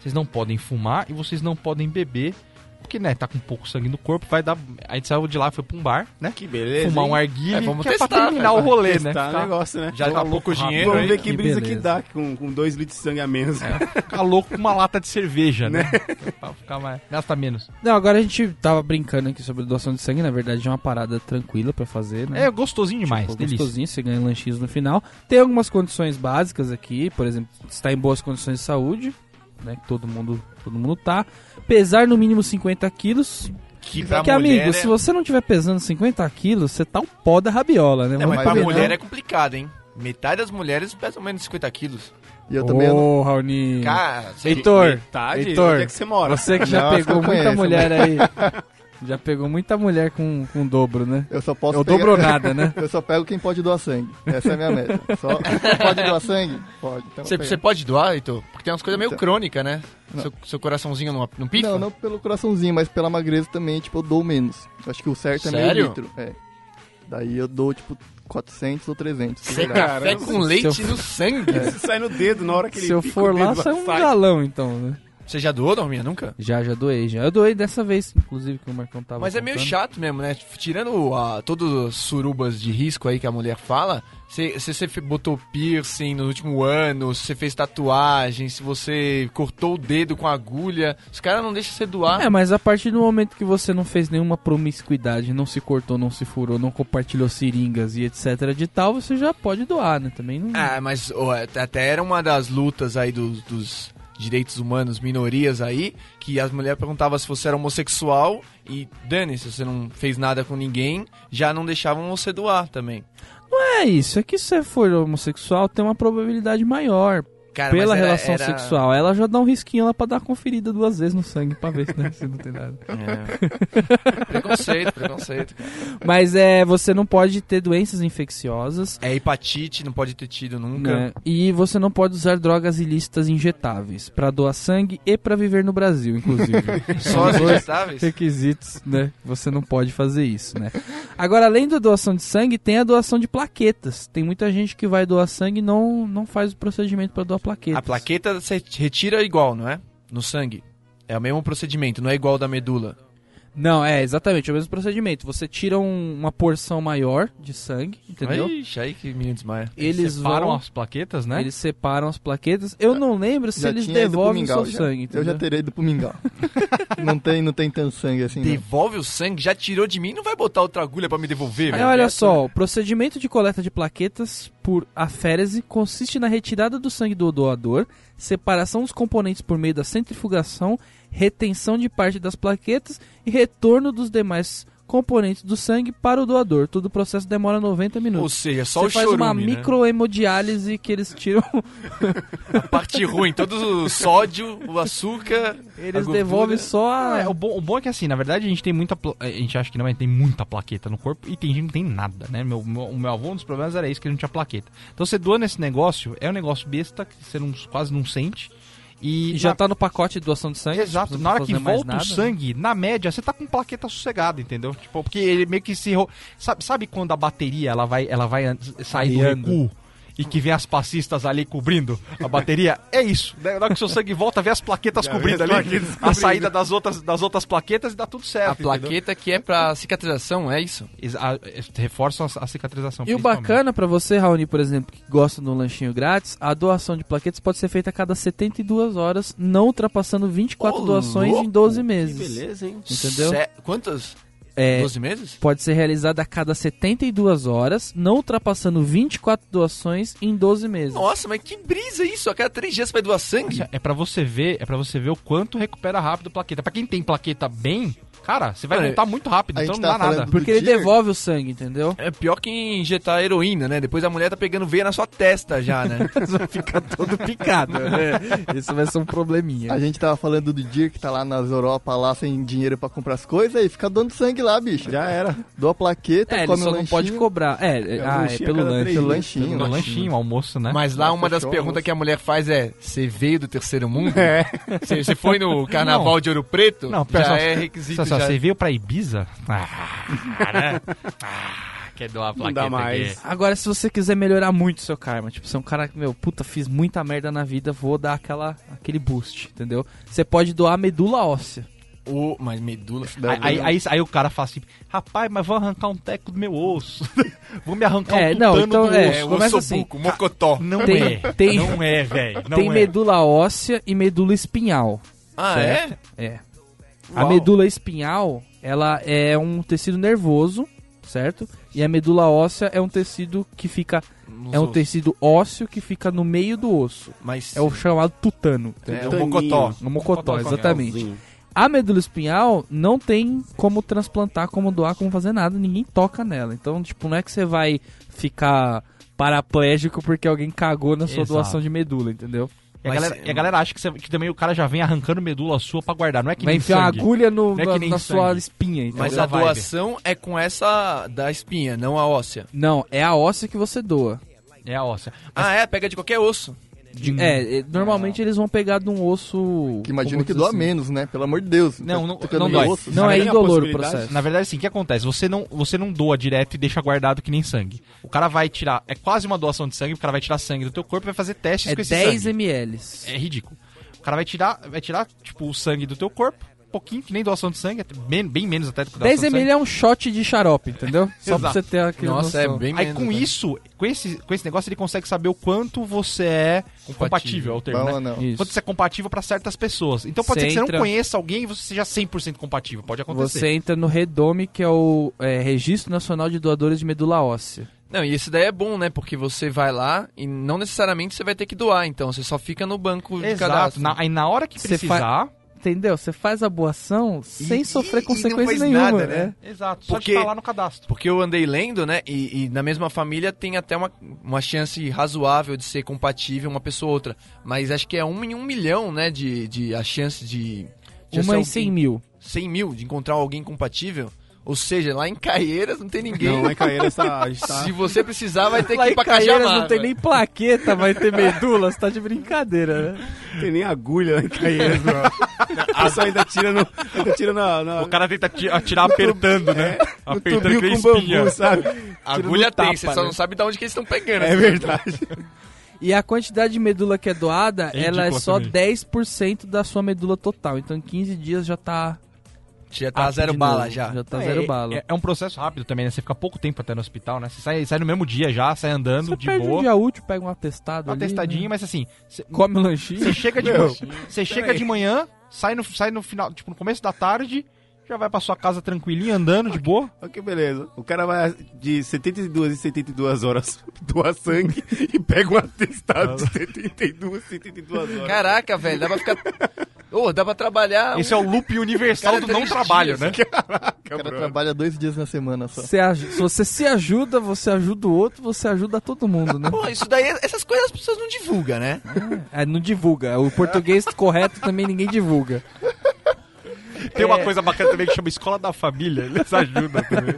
S4: Vocês não podem fumar e vocês não podem beber. Porque, né, tá com pouco sangue no corpo, vai dar. A gente saiu de lá, foi pra um bar, né?
S6: Que beleza.
S4: Fumar um
S6: hein?
S4: arguile,
S5: É, vamos
S4: que é pra
S5: testar,
S4: terminar
S5: né?
S4: o rolê,
S6: Testar
S4: né?
S6: o
S4: Ficar-
S6: negócio, né?
S4: Já tá pouco dinheiro
S6: Vamos
S4: aí.
S6: ver que,
S3: que
S6: brisa
S3: beleza.
S6: que dá com, com dois litros de sangue a menos.
S2: É.
S4: Ficar louco com uma lata de cerveja, né? [LAUGHS] pra ficar mais. Gasta menos.
S3: Não, agora a gente tava brincando aqui sobre doação de sangue, na verdade é uma parada tranquila pra fazer, né?
S4: É gostosinho demais,
S3: Tipo,
S4: delícia.
S3: gostosinho, você ganha lanchinhos no final. Tem algumas condições básicas aqui, por exemplo, está em boas condições de saúde, né? Que todo mundo, todo mundo tá. Pesar no mínimo 50 quilos.
S5: Que
S3: Porque,
S4: é
S5: né?
S3: amigo, se você não tiver pesando 50 quilos, você tá um pó da rabiola, né?
S5: Não,
S3: Vamos
S5: mas pra
S3: combinar.
S5: mulher é complicado, hein? Metade das mulheres pesa menos de 50 quilos.
S2: E eu também. não-
S3: Ô, Raoni.
S5: Cara,
S3: Heitor,
S6: Metade?
S3: Heitor,
S6: Onde é que você mora?
S3: você que já
S2: Não, essa
S3: pegou
S2: eu
S3: muita
S2: conheço,
S3: mulher aí. Já pegou muita mulher com, com dobro, né?
S2: Eu só posso
S3: Eu
S2: pegar-
S3: dobro nada, né?
S2: [LAUGHS] Eu só pego quem pode doar sangue. Essa é a minha meta. Só pode doar sangue? Pode. Então
S5: Você,
S2: eu
S5: você
S2: pego.
S5: pode doar, Heitor? Porque tem umas coisas meio
S2: Então.
S5: crônicas, né? Seu, seu coraçãozinho não, não pifa?
S2: Não, não pelo coraçãozinho, mas pela magreza também, tipo, eu dou menos. Eu acho que o certo é meio
S5: Sério?
S2: litro. É. Daí eu dou, tipo, 400 ou 300. se
S5: Você
S2: duvidar.
S5: café
S6: Caramba.
S5: com leite
S3: Se
S5: no sangue?
S6: Isso
S2: É.
S6: sai no dedo na hora que ele
S3: Se eu
S6: pica
S3: for
S6: o
S3: lá,
S6: dedo,
S3: sai um
S6: sai.
S3: galão, então, né?
S5: Você já doou, Dorminha? Nunca?
S3: Já, já doei, já. Eu doei dessa vez, inclusive, que o Marcão tava
S5: Mas é meio
S3: contando.
S5: chato mesmo, né? Tirando ah, todos os surubas de risco aí que a mulher fala, se se você fe- botou piercing no último ano, se você fez tatuagem, se você cortou o dedo com agulha, os caras não deixam você doar.
S3: É, mas a partir do momento que você não fez nenhuma promiscuidade, não se cortou, não se furou, não compartilhou seringas e etc de tal, você já pode doar, né? Também não...
S5: Ah, mas ó, at- até era uma das lutas aí dos, dos direitos humanos, minorias aí, que as mulheres perguntavam se você era homossexual e dane se você não fez nada com ninguém, já não deixavam você doar também.
S3: É isso, é que se você for homossexual, tem uma probabilidade maior
S5: Cara, É, mas
S3: pela
S5: era-
S3: relação
S5: era-
S3: sexual. Ela já dá um risquinho lá pra dar uma conferida duas vezes no sangue pra ver se, né, se não tem nada.
S5: [LAUGHS] É. preconceito, preconceito. cara.
S3: Mas é, você não pode ter doenças infecciosas.
S5: É hepatite, não pode ter tido nunca.
S3: Né? E você não pode usar drogas ilícitas injetáveis pra doar sangue e pra viver no Brasil,
S5: [LAUGHS]
S3: inclusive.
S5: Só as injetáveis?
S3: requisitos, né? Você não pode fazer isso, né? Agora, além da doação de sangue, tem a doação de plaquetas. Tem muita gente que vai doar sangue e não, não faz o procedimento para doar plaquetas.
S5: A plaqueta você retira igual, não é? No sangue. É o mesmo procedimento, não é igual da medula.
S3: Não, é exatamente é o mesmo procedimento. Você tira um- uma porção maior de sangue, entendeu?
S5: Ixi, aí que menino desmaia.
S3: eles
S4: Separam
S3: vão,
S4: as plaquetas, né?
S3: eles separam as plaquetas. Eu não lembro se
S2: Já
S3: eles
S2: tinha ido pro
S3: devolvem o
S2: mingau,
S3: seu
S2: já.
S3: sangue,
S2: Eu
S3: entendeu?
S2: já terei ido
S3: [LAUGHS]
S2: pro mingau. não, tem, não tem tanto sangue assim. não.
S5: Devolve o sangue, já tirou de mim, não vai botar outra agulha pra me devolver,
S3: É,
S5: velho.
S3: olha só, o procedimento de coleta de plaquetas por aférese consiste na retirada do sangue do doador, separação dos componentes por meio da centrifugação, retenção de parte das plaquetas e retorno dos demais componentes do sangue para o doador. Todo o processo demora 90
S5: Ou
S3: minutos.
S5: seja, só
S3: Você
S5: o
S3: faz
S5: chorume,
S3: uma
S5: né?
S3: microhemodiálise que eles tiram,
S5: A parte
S3: [LAUGHS]
S5: ruim, todo o sódio, o açúcar, a
S3: eles
S5: gordura.
S3: devolvem só
S4: Ah,
S3: a...
S4: é, o, bom, o bom é que assim, na verdade, a gente tem muita. pla- A gente acha que não, mas tem muita plaqueta no corpo e tem gente que não tem nada, né? Meu, meu, o meu avô, um dos problemas era isso, que ele não tinha plaqueta. Então você doando esse negócio, é um negócio besta, que você não, quase não sente. E,
S3: E já
S4: na-
S3: tá no pacote de doação de sangue. tipo,
S4: Exato,
S3: não
S4: na hora
S3: precisa fazer
S4: que
S3: mais
S4: volta o
S3: nada, né?
S4: sangue, na média, você tá com plaqueta sossegada, entendeu? Tipo, porque ele meio que se. ro- Sabe, sabe quando a bateria ela vai, ela vai an- sair do
S3: Arriando.
S4: recuo e que vem as passistas ali cobrindo a bateria? É isso. né? Na hora que o seu sangue volta, vê as plaquetas
S6: Já
S4: cobrindo
S6: vê as
S4: ali
S6: plaquetas
S4: a
S6: cobrindo.
S4: saída das outras, das outras plaquetas e dá tudo certo.
S5: A plaqueta que é pra cicatrização, é isso?
S4: entendeu? A- a- reforçam a, a cicatrização.
S3: E o
S4: Então, principalmente.
S3: bacana pra você, Raoni, por exemplo, que gosta de um lanchinho grátis, a doação de plaquetas pode ser feita a cada 72 horas, não ultrapassando 24
S5: Ô,
S3: doações em
S5: louco,
S3: 12
S6: Que
S3: meses.
S6: beleza, hein?
S3: Entendeu?
S5: Sé- Quantas?
S3: é,
S5: 12 meses?
S3: pode ser realizada a cada 72 horas, não ultrapassando 24 doações em 12 meses.
S5: Nossa, mas que brisa isso! A cada 3 dias você vai doar sangue?
S4: É pra você ver, é para você ver o quanto recupera rápido a plaqueta. Pra quem tem plaqueta bem, cara, você vai
S5: Olha,
S4: voltar muito rápido,
S2: a
S4: então
S2: gente
S4: não dá
S2: tá
S4: nada.
S2: falando do
S3: Porque ele
S2: Deer?
S3: devolve o sangue, entendeu?
S5: É pior que injetar heroína, né? Depois a mulher tá pegando veia na sua testa
S3: [LAUGHS]
S5: já, né?
S3: Vai ficar todo picado, né? [LAUGHS] Isso vai ser um probleminha.
S2: A gente tava falando do Dir que tá lá nas Europa, lá sem dinheiro pra comprar as coisas, e fica dando sangue lá, bicho.
S6: Já era.
S2: Dou a plaqueta,
S3: É, ele
S2: come
S3: só
S2: o
S3: não
S2: lanchinho,
S3: pode cobrar. É, é,
S6: um
S3: ah, é
S6: lanchinho a
S3: pelo
S6: cada
S3: lanche.
S6: três
S2: o
S6: dias.
S2: lanchinho.
S4: No lanchinho, almoço, né?
S5: Mas lá uma
S2: fechou,
S5: das perguntas
S2: almoço.
S5: que a mulher faz é: você veio do terceiro mundo?
S3: É.
S5: Você você foi no carnaval de Ouro Preto?
S4: Não,
S5: já
S4: pessoal,
S5: é requisito.
S4: Só, só,
S5: já.
S4: Você veio pra Ibiza? Ah, né? Ah, quer doar a
S6: Não
S4: plaqueta
S6: dá mais.
S4: aqui.
S3: Agora, se você quiser melhorar muito o seu karma, tipo, você é um cara que, meu, puta, fiz muita merda na vida, vou dar aquela, aquele boost, entendeu? Você pode doar medula óssea.
S5: O- mas medula.
S4: Aí, aí, aí, aí o cara fala assim, rapaz, mas vou arrancar um teco do meu osso. [LAUGHS] vou me arrancar
S3: É,
S4: um
S3: não,
S4: tutano
S3: então,
S4: do
S3: é,
S4: osso.
S5: É, o
S3: começa
S5: ossobuco,
S3: assim.
S5: mocotó.
S4: Não
S3: Tem-
S4: é,
S3: tem-
S4: não é, velho. não
S3: Tem
S4: é.
S3: medula óssea e medula espinhal.
S5: Ah, é?
S3: É. A
S5: Uau.
S3: medula espinhal, ela é um tecido nervoso, certo? E a medula óssea é um tecido que fica.
S5: Nos
S3: É um
S5: ossos.
S3: tecido ósseo que fica no meio do osso.
S5: Mas
S3: É o chamado tutano.
S5: é o
S6: Taninho.
S5: mocotó.
S3: No mocotó,
S4: Mocotó,
S3: exatamente. A medula espinhal não tem como transplantar, como doar, como fazer nada, ninguém toca nela. Então, tipo, não é que você vai ficar paraplégico porque alguém cagou na sua
S4: Exato.
S3: doação de medula, entendeu?
S4: E a,
S5: Mas-
S4: galera, e a galera acha que, você- que também o cara já vem arrancando medula sua pra guardar. Não é que
S3: vai
S4: nem
S3: enfiar uma
S4: sangue.
S3: agulha no,
S4: Não é
S3: na,
S4: que nem
S3: na sua
S4: sangue.
S3: espinha, então. entendeu?
S5: Mas
S4: Entendeu
S5: a
S4: a vibe?
S5: doação é com essa da espinha, não a óssea.
S3: Não, é a óssea que você doa.
S4: É a óssea.
S5: Ah, é? Pega de qualquer osso.
S4: Hum.
S3: De- é, é, normalmente eles vão pegar de um osso.
S2: Que imagino
S3: como
S2: que
S3: diz
S2: doa
S3: assim.
S2: menos, né? Pelo amor de Deus.
S4: Não, não-
S2: tocando
S4: não
S2: no
S4: dói.
S2: osso.
S3: Não é
S6: Sabe a
S3: indolor o
S6: possibilidade?
S3: processo.
S4: Na verdade, assim, o que acontece? Você não, você não doa direto e deixa guardado que nem sangue. O cara vai tirar. É quase uma doação de sangue, porque o cara vai tirar sangue do teu corpo e vai fazer testes
S3: É
S4: com esse
S3: 10
S4: sangue.
S3: ml.
S4: É ridículo. O cara vai tirar, vai tirar, tipo, o sangue do teu corpo, um pouquinho, que nem doação de sangue, até bem, bem menos até do que doação
S3: 10
S4: de sangue.
S3: ml é um shot de xarope, entendeu? Só pra
S4: Exato.
S3: você ter aquele.
S5: Nossa, é bem
S4: Aí
S5: menos,
S4: com
S5: né?
S4: isso, com esse, com esse negócio, ele consegue saber o quanto você é compatível, é o termo,
S2: Bom
S4: né?
S2: ou não?
S4: Quanto você é compatível pra certas pessoas. Então
S3: Você
S4: pode ser que você
S3: entra-
S4: não conheça alguém e você seja 100% compatível. Pode acontecer.
S3: Você entra no Redome, que é o é, Registro Nacional de Doadores de Medula Óssea.
S5: Não, e esse daí é bom, né? Porque você vai lá e não necessariamente você vai ter que doar, então. Você só fica no banco de
S4: Exato.
S5: cadastro.
S4: Na, aí na hora que
S3: Você
S4: precisar.
S3: Entendeu? Você faz a boa ação sem
S5: e-
S3: sofrer
S5: e não
S3: consequência
S5: faz
S3: nenhuma,
S5: nada,
S3: né?
S5: né?
S4: Exato.
S5: Porque-
S4: Só de falar no cadastro.
S5: Porque eu andei lendo, né? E, e na mesma família tem até uma, uma chance razoável de ser compatível uma pessoa ou outra. Mas acho que é um em um milhão, né? De, de a chance de. de
S3: Uma
S5: ser
S3: em 100 mil.
S5: 100 mil de encontrar alguém compatível. Ou seja, lá em Caieiras não tem ninguém.
S6: Não, é cair
S4: tá-
S6: essa.
S5: [LAUGHS]
S6: Está...
S5: Se você precisar, vai ter que
S3: Lá
S5: ir
S3: em
S5: pra
S3: Caieiras
S5: Cajamar.
S3: não tem nem plaqueta, vai ter medula, você tá de brincadeira, né?
S6: Não tem nem agulha lá em Caieiras, bro. O pessoal ainda tira, no, ainda tira na. na
S4: O cara tenta ti- atirar apertando, né?
S6: no
S4: Apertando
S6: tubinho
S4: que
S6: com
S4: espinha.
S6: bambu, sabe?
S5: Agulha
S3: tapa,
S5: tem, você só
S3: né?
S5: não sabe de onde que eles estão pegando. assim.
S6: É verdade.
S3: E a quantidade de medula que é doada,
S4: É
S3: ela é
S4: ridícula
S3: só
S4: também.
S3: 10% da sua medula total. Então em 15 dias já tá.
S5: Já tá
S3: up
S5: zero
S3: Ah, de
S5: bala
S3: novo,
S5: já.
S3: Já tá
S4: É,
S3: zero
S4: é-
S3: bala.
S4: É, é um processo rápido também, né? Você fica pouco tempo até no hospital, né? Você sai, sai no mesmo dia já, sai andando
S3: Você
S4: de
S3: perde um
S4: boa.
S3: dia útil, pega um atestado.
S4: uma
S3: ali,
S4: testadinha,
S3: né?
S4: mas assim, você-
S3: Come um lanchinho.
S4: você chega de
S6: Meu,
S4: Você chega de manhã, sai no, sai no final, tipo, no começo da tarde, já vai pra sua casa tranquilinha, andando de boa.
S6: Olha que beleza. O cara vai de 72 em 72 horas [LAUGHS] doar sangue e pega um atestado de 72 em 72 horas.
S5: Caraca, velho, dá pra ficar. Ô, dá pra
S3: Ah,
S5: trabalhar.
S4: Esse é o
S3: [LAUGHS]
S4: loop universal
S5: Cada
S4: do
S3: um
S4: não
S5: três
S4: trabalho,
S5: dias, [LAUGHS]
S4: né?
S3: assim,
S2: O cara [LAUGHS] trabalha dois dias na semana só.
S3: Você aj- se você se ajuda, você ajuda o outro, você ajuda todo mundo, né?
S5: Pô, isso daí, essas coisas as pessoas não divulgam, né?
S3: É, não divulga. O português correto também ninguém divulga.
S4: Tem
S3: é.
S4: uma coisa bacana também que chama Escola da Família, [LAUGHS] eles ajudam também.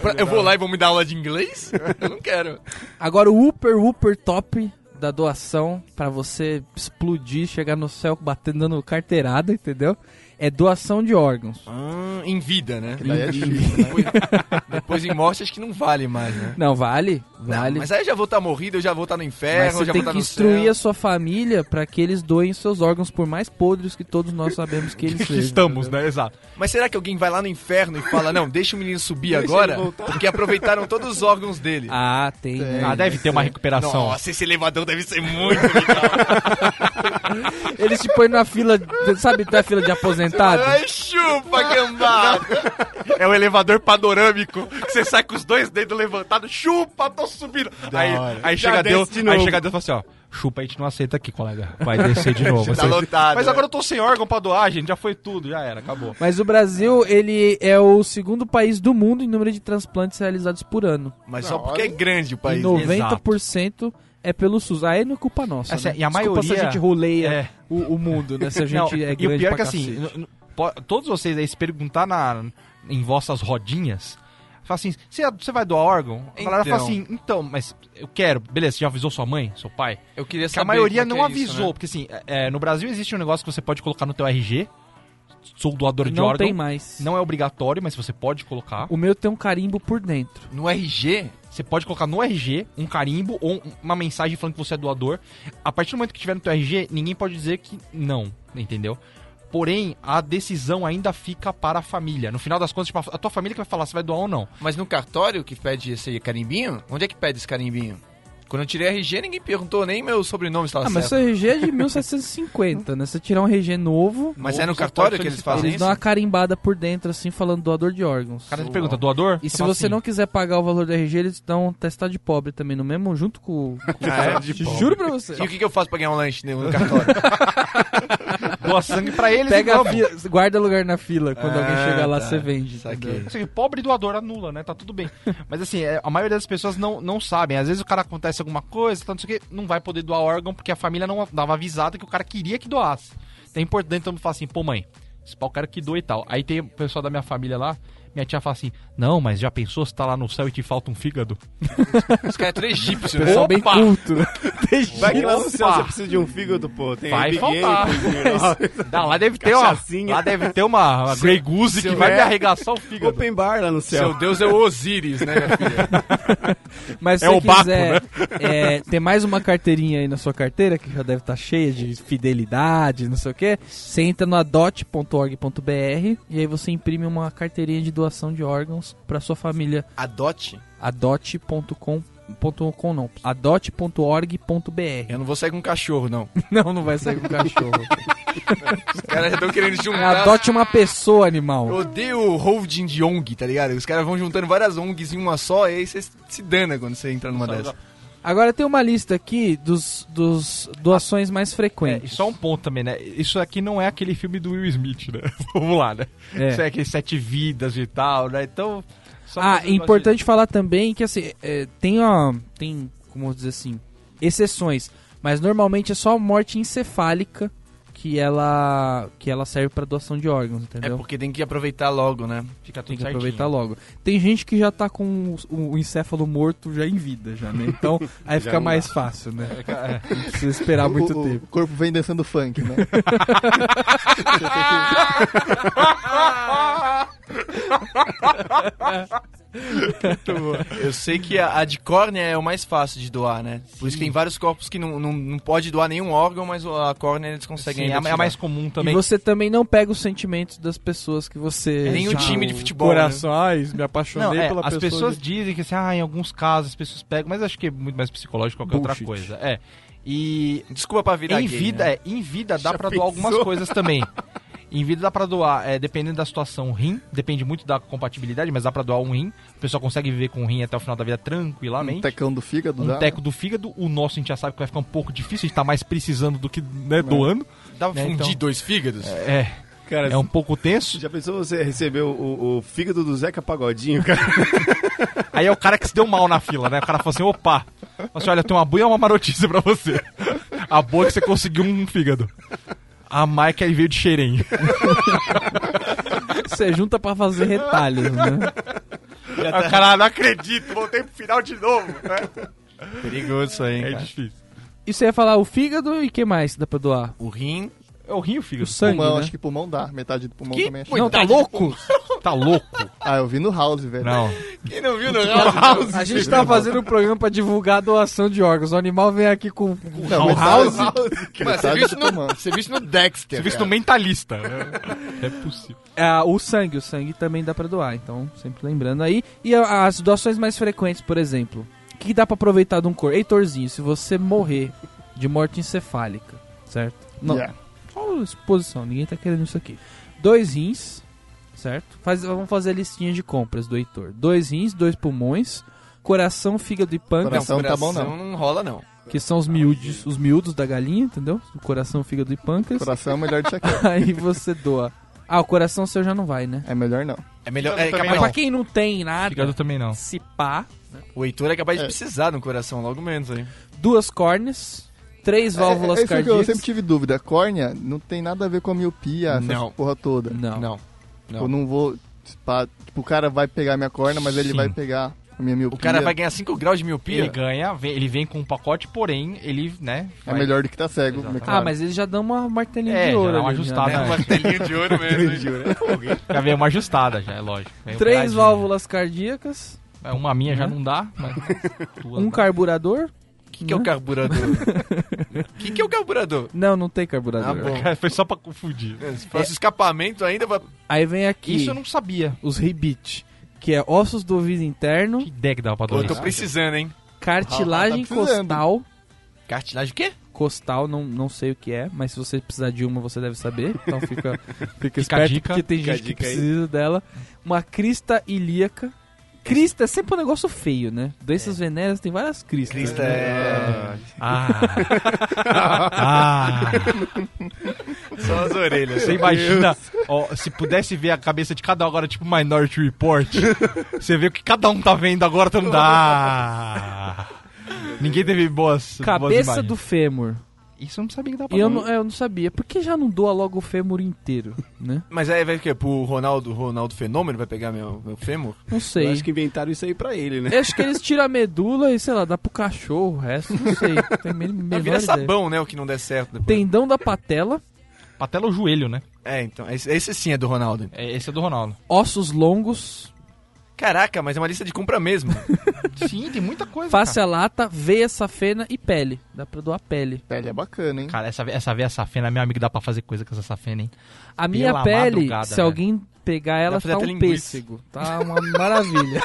S5: Pra- eu vou lá e vou me dar aula de inglês? Eu não quero.
S3: Agora o upper, upper top da doação pra você explodir, chegar no céu batendo dando carteirada, entendeu? É doação de órgãos.
S5: Ah, em vida, né?
S2: Daí é chique.
S5: Depois, depois em morte, acho que não vale mais, né?
S3: Não, vale?
S5: Não,
S3: Vale.
S5: mas aí eu já vou estar morrido, eu já vou estar no
S3: Mas
S5: inferno, eu
S3: você
S5: já
S3: tem
S5: vou estar
S3: que
S5: no
S3: instruir
S5: céu.
S3: a sua família pra que eles doem os seus órgãos, por mais podres que todos nós sabemos que eles
S4: Que
S3: sejam.
S4: Estamos,
S3: entendeu?
S4: né? Exato.
S5: Mas será que alguém vai lá no inferno e fala, não, deixa o menino subir
S6: Deixa
S5: agora,
S6: ele voltar."
S5: porque aproveitaram todos os órgãos dele?
S3: Ah, tem. né?
S4: Ah, deve ter uma recuperação.
S5: Nossa, esse elevador deve ser muito legal.
S3: Eles te põem na fila, sabe, na fila de aposentado?
S5: chupa, gambá!
S4: É o elevador panorâmico, que você sai com os dois dedos levantados, chupa, tô subindo.
S5: Tá
S4: Aí, aí
S6: Já
S4: chega
S6: desce
S4: Deus,
S6: de
S4: aí
S6: novo.
S4: chega Deus e fala assim, ó, chupa, a gente não aceita aqui, colega. Vai descer
S3: [LAUGHS]
S4: de novo.
S5: Tá
S4: Você-
S5: lotado.
S4: Mas agora eu tô sem órgão pra doar, gente, já foi tudo, já era, acabou.
S3: Mas o Brasil, ele é o segundo país do mundo em número de transplantes realizados por ano.
S5: Mas só porque é grande o
S3: E
S5: país.
S3: 90% é pelo SUS. Aí não é culpa nossa.
S4: Essa-
S3: né?
S4: e a
S3: Desculpa
S4: maioria-
S3: se a gente roleia
S4: É.
S3: o, o mundo, né? Se a gente
S4: [LAUGHS] Não,
S3: é grande
S4: e o pior
S3: pra
S4: é que assim,
S3: cacete.
S4: n- n- po- todos vocês aí se perguntar na, em vossas rodinhas, fala assim, "Você- você vai doar órgão? A galera fala
S5: Então.
S4: assim, então, mas eu quero. Beleza, você já avisou sua mãe, seu pai?
S5: Eu queria
S4: Porque
S5: saber.
S4: a maioria
S5: como é
S4: não
S5: que é isso,
S4: avisou,
S5: né?
S4: porque assim, é, é, no Brasil existe um negócio que você pode colocar no teu RG, sou doador de
S3: não
S4: órgão.
S3: tem mais.
S4: Não é obrigatório, mas você pode colocar.
S3: O meu tem um carimbo por dentro.
S5: No RG?
S4: Você pode colocar no RG um carimbo ou um- uma mensagem falando que você é doador. A partir do momento que tiver no teu RG, ninguém pode dizer que não, entendeu? Porém, a decisão ainda fica para a família. No final das contas, tipo, a tua família que vai falar se vai doar ou não.
S5: Mas no cartório que pede esse carimbinho? Onde é que pede esse carimbinho? Quando eu tirei RG, ninguém perguntou nem meu sobrenome se tava
S4: Tá
S3: Ah, mas
S5: certo.
S3: seu RG é de 1750, né? Você tirar um RG novo,
S5: Mas
S4: Ou
S5: é no
S4: nos
S5: cartório
S4: cartórios
S5: que eles
S4: municipais.
S5: fazem
S3: eles
S5: isso?
S3: dão uma carimbada por dentro, assim, falando doador de órgãos.
S4: O cara te pergunta, doador?
S3: E se
S4: fala
S3: você
S4: assim.
S3: não quiser pagar o valor do RG, eles dão um testado de pobre também, no mesmo, junto com...
S4: [LAUGHS]
S3: com-
S5: Ah, é?
S3: Juro pra você.
S5: E o que, que eu faço pra ganhar um lanche no
S3: [LAUGHS]
S5: no cartório?
S4: doa sangue pra eles e
S3: Pega a
S4: vamos.
S3: fila, guarda lugar na fila. Quando alguém
S5: Ah,
S3: chegar lá,
S5: tá.
S3: você vende.
S5: Saquei.
S3: entendeu?
S4: Assim, pobre doador anula, né? Tá tudo bem. [LAUGHS] Mas assim, é, a maioria das pessoas não, não sabem. Às vezes o cara acontece alguma coisa, tá, não sei o quê, não vai poder doar órgão porque a família não dava avisada que o cara queria que doasse. Então é importante todo mundo falar assim, pô mãe, esse pau cara que doa e tal. Aí tem o pessoal da minha família lá, minha tia fala assim, não, mas já pensou se tá lá no céu e te falta um fígado?
S5: Os caras é tudo egípcio, né?
S3: Pessoal bem
S5: Opa!
S3: culto. né?
S6: Vai que lá no céu
S4: Opa!
S6: você precisa de um fígado, pô. Tem
S4: Vai
S6: Big
S4: faltar.
S6: Apple, tem-
S4: Não, lá deve ter uma,
S6: Cachaçinha.
S4: lá deve ter uma, uma Grey Goose que vai
S6: é.
S4: me arregaçar o fígado.
S6: Open bar lá no céu.
S5: Seu Deus é o Osíris, né, minha filha?
S3: Mas se
S4: É
S3: você
S4: o Baco,
S3: quiser é, ter mais uma carteirinha aí na sua carteira, que já deve estar cheia de fidelidade, não sei o quê, você entra no adote.org.br e aí você imprime uma carteirinha de doação de órgãos pra sua família.
S5: [LAUGHS] Adote?
S3: adote.com ponto .com não, adote.org.br
S5: Eu não vou sair com um cachorro, não.
S3: [LAUGHS] Não, não vai sair com o
S4: [LAUGHS]
S3: cachorro.
S5: Os caras já estão querendo
S3: [LAUGHS] É,
S5: juntar.
S3: adote uma pessoa,
S5: Eu
S3: animal.
S5: odeio holding de ONG, tá ligado? Os caras vão juntando várias ONGs em uma só, e aí você se dana quando você entra numa dessas.
S3: Agora tem uma lista aqui dos, dos doações mais
S4: É,
S3: frequentes.
S4: e só um ponto também, né? Isso aqui não é aquele filme do Will Smith, né? [LAUGHS] Vamos lá, né?
S3: É.
S4: Isso é aquele Sete Vidas e tal, né? Então. só
S3: Ah,
S4: fazer um
S3: importante falar também que assim, é, tem ó, tem, como dizer assim, exceções, mas normalmente é só morte encefálica que ela que ela serve pra doação de órgãos,
S5: É
S3: entendeu?
S5: porque tem que aproveitar logo, né?
S4: negócio de- Fica tudo
S3: Tem que
S4: certinho.
S3: aproveitar logo. Tem gente que já tá com o, o encéfalo morto já em vida, já, né? Então, aí
S6: Já
S3: fica
S6: não
S3: mais fácil, né? Não precisa esperar muito
S2: [LAUGHS] o,
S3: tempo.
S2: O corpo vem dançando funk, né?
S5: Eu sei que a, a de córnea é o mais fácil de doar, né? Por isso que tem vários corpos que não, não, não pode doar nenhum órgão, mas a córnea eles conseguem
S4: Sim,
S5: ainda
S4: é, a- é a
S5: tirar.
S4: mais comum também.
S3: E você também não pega os sentimentos das pessoas que você.
S5: Nem o
S3: Já,
S5: time de futebol,
S3: Corações, me apaixonei
S4: Não, é,
S3: pela
S4: as
S3: pessoa.
S4: pessoas dizem que assim, ah, em alguns casos as pessoas pegam, mas acho que é muito mais psicológico que qualquer
S3: Bullshit.
S4: outra coisa. É. E
S5: Desculpa pra virar
S4: em
S5: gay,
S4: vida,
S5: né?
S4: é, em vida dá
S6: Já
S4: pra doar algumas
S6: pensou?
S4: coisas
S3: [LAUGHS]
S4: também. Em vida dá pra doar, é, dependendo da situação, o rim, depende muito da compatibilidade, mas dá pra doar um rim. O pessoal consegue viver com o rim até o final da vida
S2: Um
S4: tranquilamente.
S2: tecão do fígado,
S4: um
S2: dá?
S4: teco do fígado. O nosso a gente já sabe que vai ficar um pouco difícil, a gente tá mais precisando do que né, doando.
S5: Dá pra
S4: né,
S5: fundir
S4: então.
S5: dois fígados?
S4: É,
S6: Cara,
S4: é um pouco tenso.
S6: já pensou você receber o, o- o fígado do Zeca Pagodinho, cara?
S4: Aí é o cara que se deu mal na fila, né? O cara falou assim: opa, Fala assim, olha, tem uma boia e uma marotice pra você. A boa é que você conseguiu um fígado. A Mike aí veio de xerém.
S3: Você junta pra fazer retalhos, né?
S5: tá.
S4: Aí O cara, não acredito, voltei pro final de novo.
S5: Perigoso isso aí,
S4: É
S5: hein, cara.
S4: difícil.
S3: E você ia falar o fígado e o que mais dá pra doar?
S5: O rim...
S4: É o rim e o
S3: O
S4: fígado.
S3: sangue,
S2: pulmão,
S3: né?
S2: acho que pulmão dá. Metade do pulmão também. acho.
S3: Não, tá louco?
S4: Tá louco?
S2: Ah, eu vi no House, velho.
S4: Não.
S5: Quem não viu no House?
S3: A gente tá fazendo um programa pra divulgar a doação de órgãos. O animal vem aqui com...
S2: Não,
S4: House?
S5: Mano, você
S2: Metade
S5: viu isso
S2: do
S5: no,
S2: pulmão.
S5: você viu isso no Dexter,
S4: Você viu isso no
S5: cara.
S4: mentalista. né? É possível.
S3: Ah, o sangue, o sangue também dá pra doar. Então, sempre lembrando aí. E a- as doações mais frequentes, por exemplo. O que dá pra aproveitar de um corpo? Heitorzinho, se você morrer de morte encefálica, certo? Não.
S2: Yeah.
S3: Só exposição, ninguém tá querendo isso aqui. Dois rins, certo? Faz- vamos fazer a listinha de compras do Heitor. Dois rins, dois pulmões, coração, fígado e pâncreas,
S2: Coração não tá bom, não.
S5: Não, não rola, não.
S3: que são os miúdos, os miúdos da galinha, entendeu? O coração, fígado e pâncreas.
S2: Coração é melhor de
S3: [LAUGHS]
S2: checar.
S3: Aí você doa. Ah, o coração seu já não vai, né?
S2: É melhor não.
S5: É melhor. É
S3: Mas
S5: capaz,
S3: pra quem não tem
S4: Fígado
S3: nada,
S4: também não.
S3: se pá,
S5: O Heitor é capaz de
S2: É.
S5: precisar no coração, logo menos aí.
S3: duas córneas, três válvulas
S2: é, é isso que eu
S3: cardíacas.
S2: sempre tive dúvida. Córnea não tem nada a ver com a miopia, essa
S5: Não.
S2: porra toda. Tipo,
S3: Não.
S5: Não.
S2: Eu não vou. pá, tipo, o cara vai pegar minha corna, mas ele
S4: Sim.
S2: vai pegar a minha miopia.
S5: O cara vai ganhar 5 graus de
S4: Ele
S5: miopia.
S4: ganha, vem- ele vem com um pacote, porém, ele, né?
S2: É
S4: vai-
S2: melhor do que tá cego.
S4: Exato.
S2: é
S3: Ah,
S2: claro.
S3: mas eles já dão uma martelinha
S4: É,
S3: de
S4: já
S3: ouro.
S4: dá uma
S3: ali, já,
S4: ajustada.
S3: né?
S4: ganhar.
S5: martelinho Ah, de [LAUGHS] ouro mesmo. hein?
S4: Já vem uma ajustada, já, é lógico. Vem um
S3: Três
S4: cadinho.
S3: válvulas cardíacas,
S4: É, Uma minha já não dá,
S3: [LAUGHS]
S4: mas duas
S3: um
S4: dá.
S3: carburador.
S5: O que, que é o [LAUGHS] carburador? O que, que é o carburador?
S3: Não, não tem
S5: Ah,
S3: carburador.
S5: bom.
S4: [LAUGHS] Foi só pra confundir.
S5: Se fosse escapamento ainda, pra...
S3: Aí vem aqui
S4: Isso eu não sabia.
S3: os ribit, que é ossos do ouvido interno,
S4: Que ideia que dava pra
S5: Pô, eu
S4: dois.
S5: tô precisando, hein?
S3: cartilagem
S2: Ah, tá precisando.
S3: costal.
S5: Cartilagem o quê?
S3: Costal, não, não sei o que é, mas se você precisar de uma, você deve saber. Então
S6: [LAUGHS]
S3: fica, fica
S4: a
S3: esperto,
S4: dica,
S3: porque tem
S6: fica a
S3: gente que
S6: dica aí.
S3: precisa dela. Uma crista ilíaca. Crista é sempre um negócio feio, né? Doenças venéreas tem várias cristas.
S5: Crista
S3: né?
S5: é.
S4: [LAUGHS] Ah. ah.
S5: Só as orelhas.
S4: Você imagina, ó, se pudesse ver a cabeça de cada um agora, tipo Minority Report, você vê o que cada um tá vendo agora, todo mundo. Ah. Ninguém teve boas. boas
S3: Cabeça
S4: imagens.
S3: do fêmur.
S4: Isso eu não sabia que dava pra
S3: E eu
S4: dar.
S3: não, é, eu não sabia. Por que já não doa logo o fêmur inteiro, né?
S5: Mas aí vai o quê? Pro Ronaldo, Ronaldo Fenômeno vai pegar meu, meu fêmur?
S3: Não sei.
S6: Eu acho que inventaram isso aí pra ele, né?
S3: Eu acho que eles tiram a medula e, sei lá, dá pro cachorro, o resto, não sei. Tem men-
S5: Vai
S3: menor ideia.
S5: virar sabão, né? O que não der certo depois.
S3: Tendão da patela,
S4: Patela ou joelho, né?
S5: É, então. Esse, esse sim é do Ronaldo.
S4: É, Esse é do Ronaldo.
S3: ossos longos,
S5: Caraca, mas é uma lista de compra mesmo.
S4: Sim, tem muita
S3: [LAUGHS]
S4: coisa.
S3: fáscia lata, veia safena e pele. Dá pra doar pele.
S2: Pele é bacana, hein?
S4: Cara, essa, essa veia safena, meu amigo, dá pra fazer coisa com essa safena, hein?
S3: A minha
S4: Pela
S3: pele,
S4: madrugada,
S3: se
S4: velho.
S3: alguém pegar
S5: né? Dá
S3: ela,
S5: pra fazer
S3: tá
S5: até
S3: um
S5: linguiça.
S3: pêssego. Tá uma
S5: [LAUGHS]
S3: maravilha.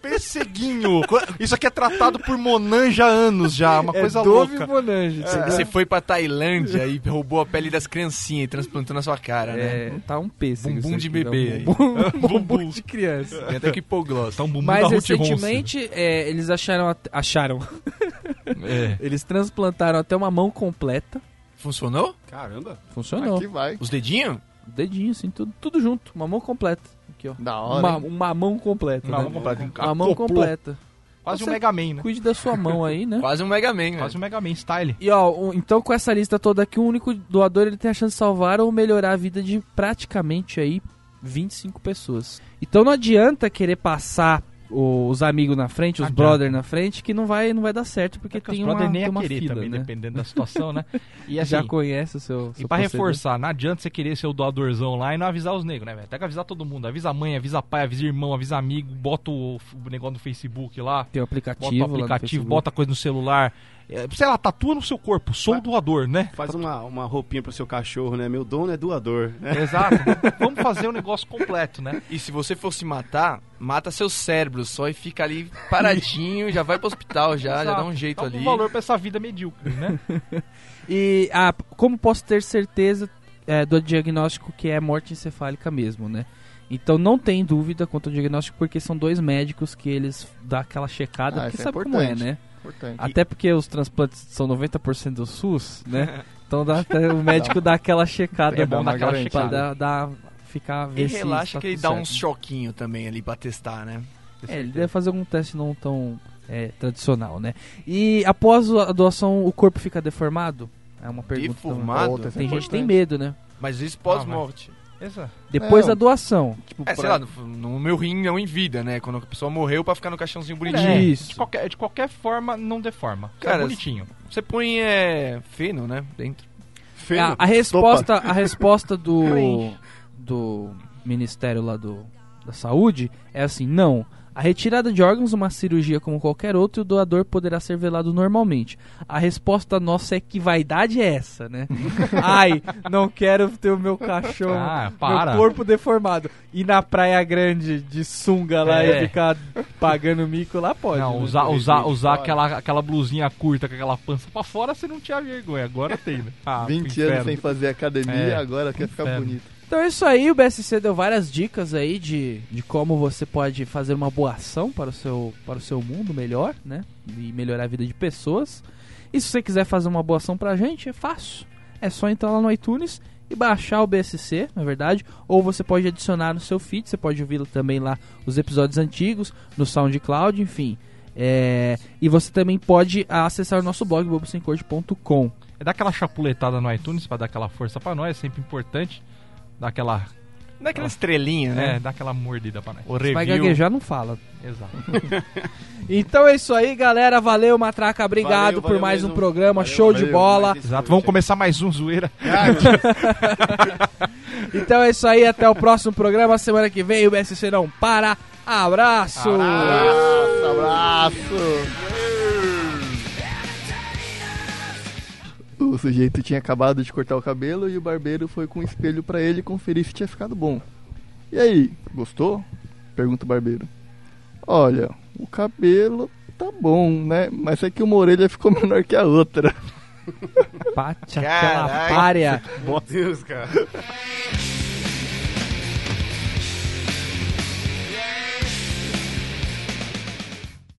S4: Pesseguinho! É um Isso aqui é tratado por Monange há anos já, uma coisa
S3: É Dove
S4: louca. É.
S3: Monange, entendeu?
S5: Você foi pra Tailândia e roubou a pele das criancinhas e transplantou na sua cara, né?
S3: É, tá um pêssego.
S5: Bumbum
S3: isso
S5: de
S3: aqui, dá um
S5: bebê aí.
S4: [LAUGHS]
S3: Bumbum, bumbum de criança.
S5: Tem até que hipoglós.
S4: Então, bumbum da
S3: Mas
S4: Ruth Ronce.
S3: recentemente é, eles acharam at- acharam [LAUGHS]
S4: É.
S3: eles transplantaram até uma mão completa.
S5: Funcionou?
S6: Caramba.
S3: Funcionou.
S5: Ah,
S2: Aqui vai.
S5: Os dedinhos?
S3: Dedinho assim, tudo, tudo junto, uma mão completa. Aqui ó,
S2: Da hora.
S3: uma,
S2: hein?
S3: uma mão completa.
S4: Uma mão
S3: né?
S4: completa.
S3: Uma mão
S4: Acoplou.
S3: completa.
S4: Quase um
S3: Você-
S4: Mega Man, né?
S3: Cuide da sua mão aí, né?
S5: Quase um Mega Man, né?
S4: Quase um Mega Man style.
S3: E ó, o- então com essa lista toda aqui, o único doador ele tem a chance de salvar ou melhorar a vida de praticamente aí 25 pessoas. Então não adianta querer passar o- os amigos na frente, os
S4: Adianta. É
S3: brother na frente, que não vai não vai dar certo porque
S4: os
S3: tem uma,
S4: brother nem
S3: tem
S4: ia
S3: uma
S4: querer
S3: fila,
S4: também,
S3: né?
S4: dependendo da situação, né? [LAUGHS] E assim,
S3: Já conhece o seu.
S4: e
S3: seu
S4: pra
S3: proceder.
S4: reforçar, não adianta você querer ser o doadorzão lá e não avisar os negros, né, velho? Tem que avisar todo mundo. Avisa mãe, avisa pai, avisa irmão, avisa amigo, bota o, o negócio no Facebook lá.
S3: Tem o
S4: Bota
S3: aplicativo,
S4: o
S3: lá no
S4: aplicativo,
S3: Facebook.
S4: bota a coisa no celular. É, Sei lá, tatua no seu corpo, sou
S6: Fa-
S4: doador, né?
S6: Faz uma, uma roupinha pro seu cachorro, né? Meu dono é doador.
S4: [LAUGHS] Exato. Vamos fazer um negócio completo, né?
S5: E se você for se matar, mata seu cérebro só e fica ali paradinho, já vai pro hospital, já, já dá um
S4: Exato.
S5: jeito ali.
S4: um valor pra essa vida medíocre, né?
S3: E ah, como posso ter certeza é, do diagnóstico que é morte encefálica mesmo, né? Então não tem dúvida quanto ao diagnóstico porque são dois médicos que eles dão aquela checada,
S2: Ah,
S3: porque
S2: isso é
S3: sabe como é,
S2: importante.
S3: né?
S2: Importante.
S3: Até porque os transplantes são 90% do SUS,
S2: [LAUGHS]
S3: né? Então dá- até o médico dá aquela checada
S4: É bom
S3: pra-
S4: dar aquela
S3: pra
S4: checada.
S3: dar- dar- ficar
S5: E
S3: ver se
S5: relaxa
S3: está
S5: que ele
S3: tudo
S5: dá
S3: tá certo.
S5: um choquinho também ali pra testar, né?
S3: É, ele deve fazer algum teste não tão é, tradicional, né? E após a doação, o corpo fica deformado? É uma pergunta. também.
S5: Deformado?
S2: Outra, essa é
S3: Tem gente que tem
S2: importante.
S3: medo, né?
S5: Mas isso pós-morte.
S4: Essa-
S3: Depois da
S2: Não.
S3: doação.
S2: Tipo,
S5: é, sei
S2: pra-
S5: lá, no, no meu rim não em vida, né? Quando a pessoa morreu pra ficar no caixãozinho bonitinho.
S3: É.
S4: De,
S3: Isso.
S4: qualquer, de qualquer forma, não deforma. Fica
S5: Cara,
S4: bonitinho.
S5: Você põe é, feno, né? Dentro.
S3: Ah,
S6: Feio.
S3: A, a resposta, a resposta do do ministério lá do da saúde é assim, não. A retirada de órgãos é uma cirurgia como qualquer outra e o doador poderá ser velado normalmente. A resposta nossa é que vaidade é essa, né? Ai, não quero ter o meu cachorro,
S4: Ah, para.
S3: meu corpo deformado. E na Praia Grande de sunga lá
S4: É.
S3: e ficar pagando mico lá pode.
S4: Não,
S3: né?
S4: usar, usar, usar aquela, aquela blusinha curta com aquela pança pra fora, você não tinha vergonha. Agora tem, né? Ah, pro
S2: 20
S4: inferno.
S2: anos sem fazer academia,
S4: É.
S2: agora quer ficar
S4: Inferno.
S2: bonito.
S3: Então é isso aí, o BSC deu várias dicas aí de, de como você pode fazer uma boa ação para o, seu, para o seu mundo melhor, né? E melhorar a vida de pessoas. E se você quiser fazer uma boa ação pra gente, é fácil. É só entrar lá no iTunes e baixar o BSC, na é verdade. Ou você pode adicionar no seu feed, você pode ouvir também lá os episódios antigos, no SoundCloud, enfim. É, e você também pode acessar o nosso blog, bobosemcorte.com.
S4: É dar aquela chapuletada no iTunes pra dar aquela força pra nós, é sempre importante. Dar aquela,
S5: Dá é aquela estrelinha, né?
S4: é, dar aquela mordida pra nós.
S5: O
S3: Ah. Vai
S5: review.
S3: gaguejar, não fala.
S4: Exato.
S3: Então é isso aí, galera. Valeu, Matraca. Obrigado
S6: Valeu,
S3: por
S6: valeu
S3: mais
S6: mesmo.
S3: um programa.
S6: Valeu,
S3: Show de
S2: valeu,
S3: bola.
S4: Exato. Vamos começar mais um zoeira.
S3: Então é isso aí. Até o próximo programa. Semana que vem o BSC não para. Abraço.
S2: Abraço, abraço. O sujeito tinha acabado de cortar o cabelo e o barbeiro foi com um espelho pra ele conferir se tinha ficado bom. E aí, gostou? Pergunta o barbeiro. Olha, o cabelo tá bom, né? Mas é que uma orelha ficou [LAUGHS] menor que a outra.
S3: Pate,
S5: Caraca.
S3: aquela párea.
S6: Bota os caras.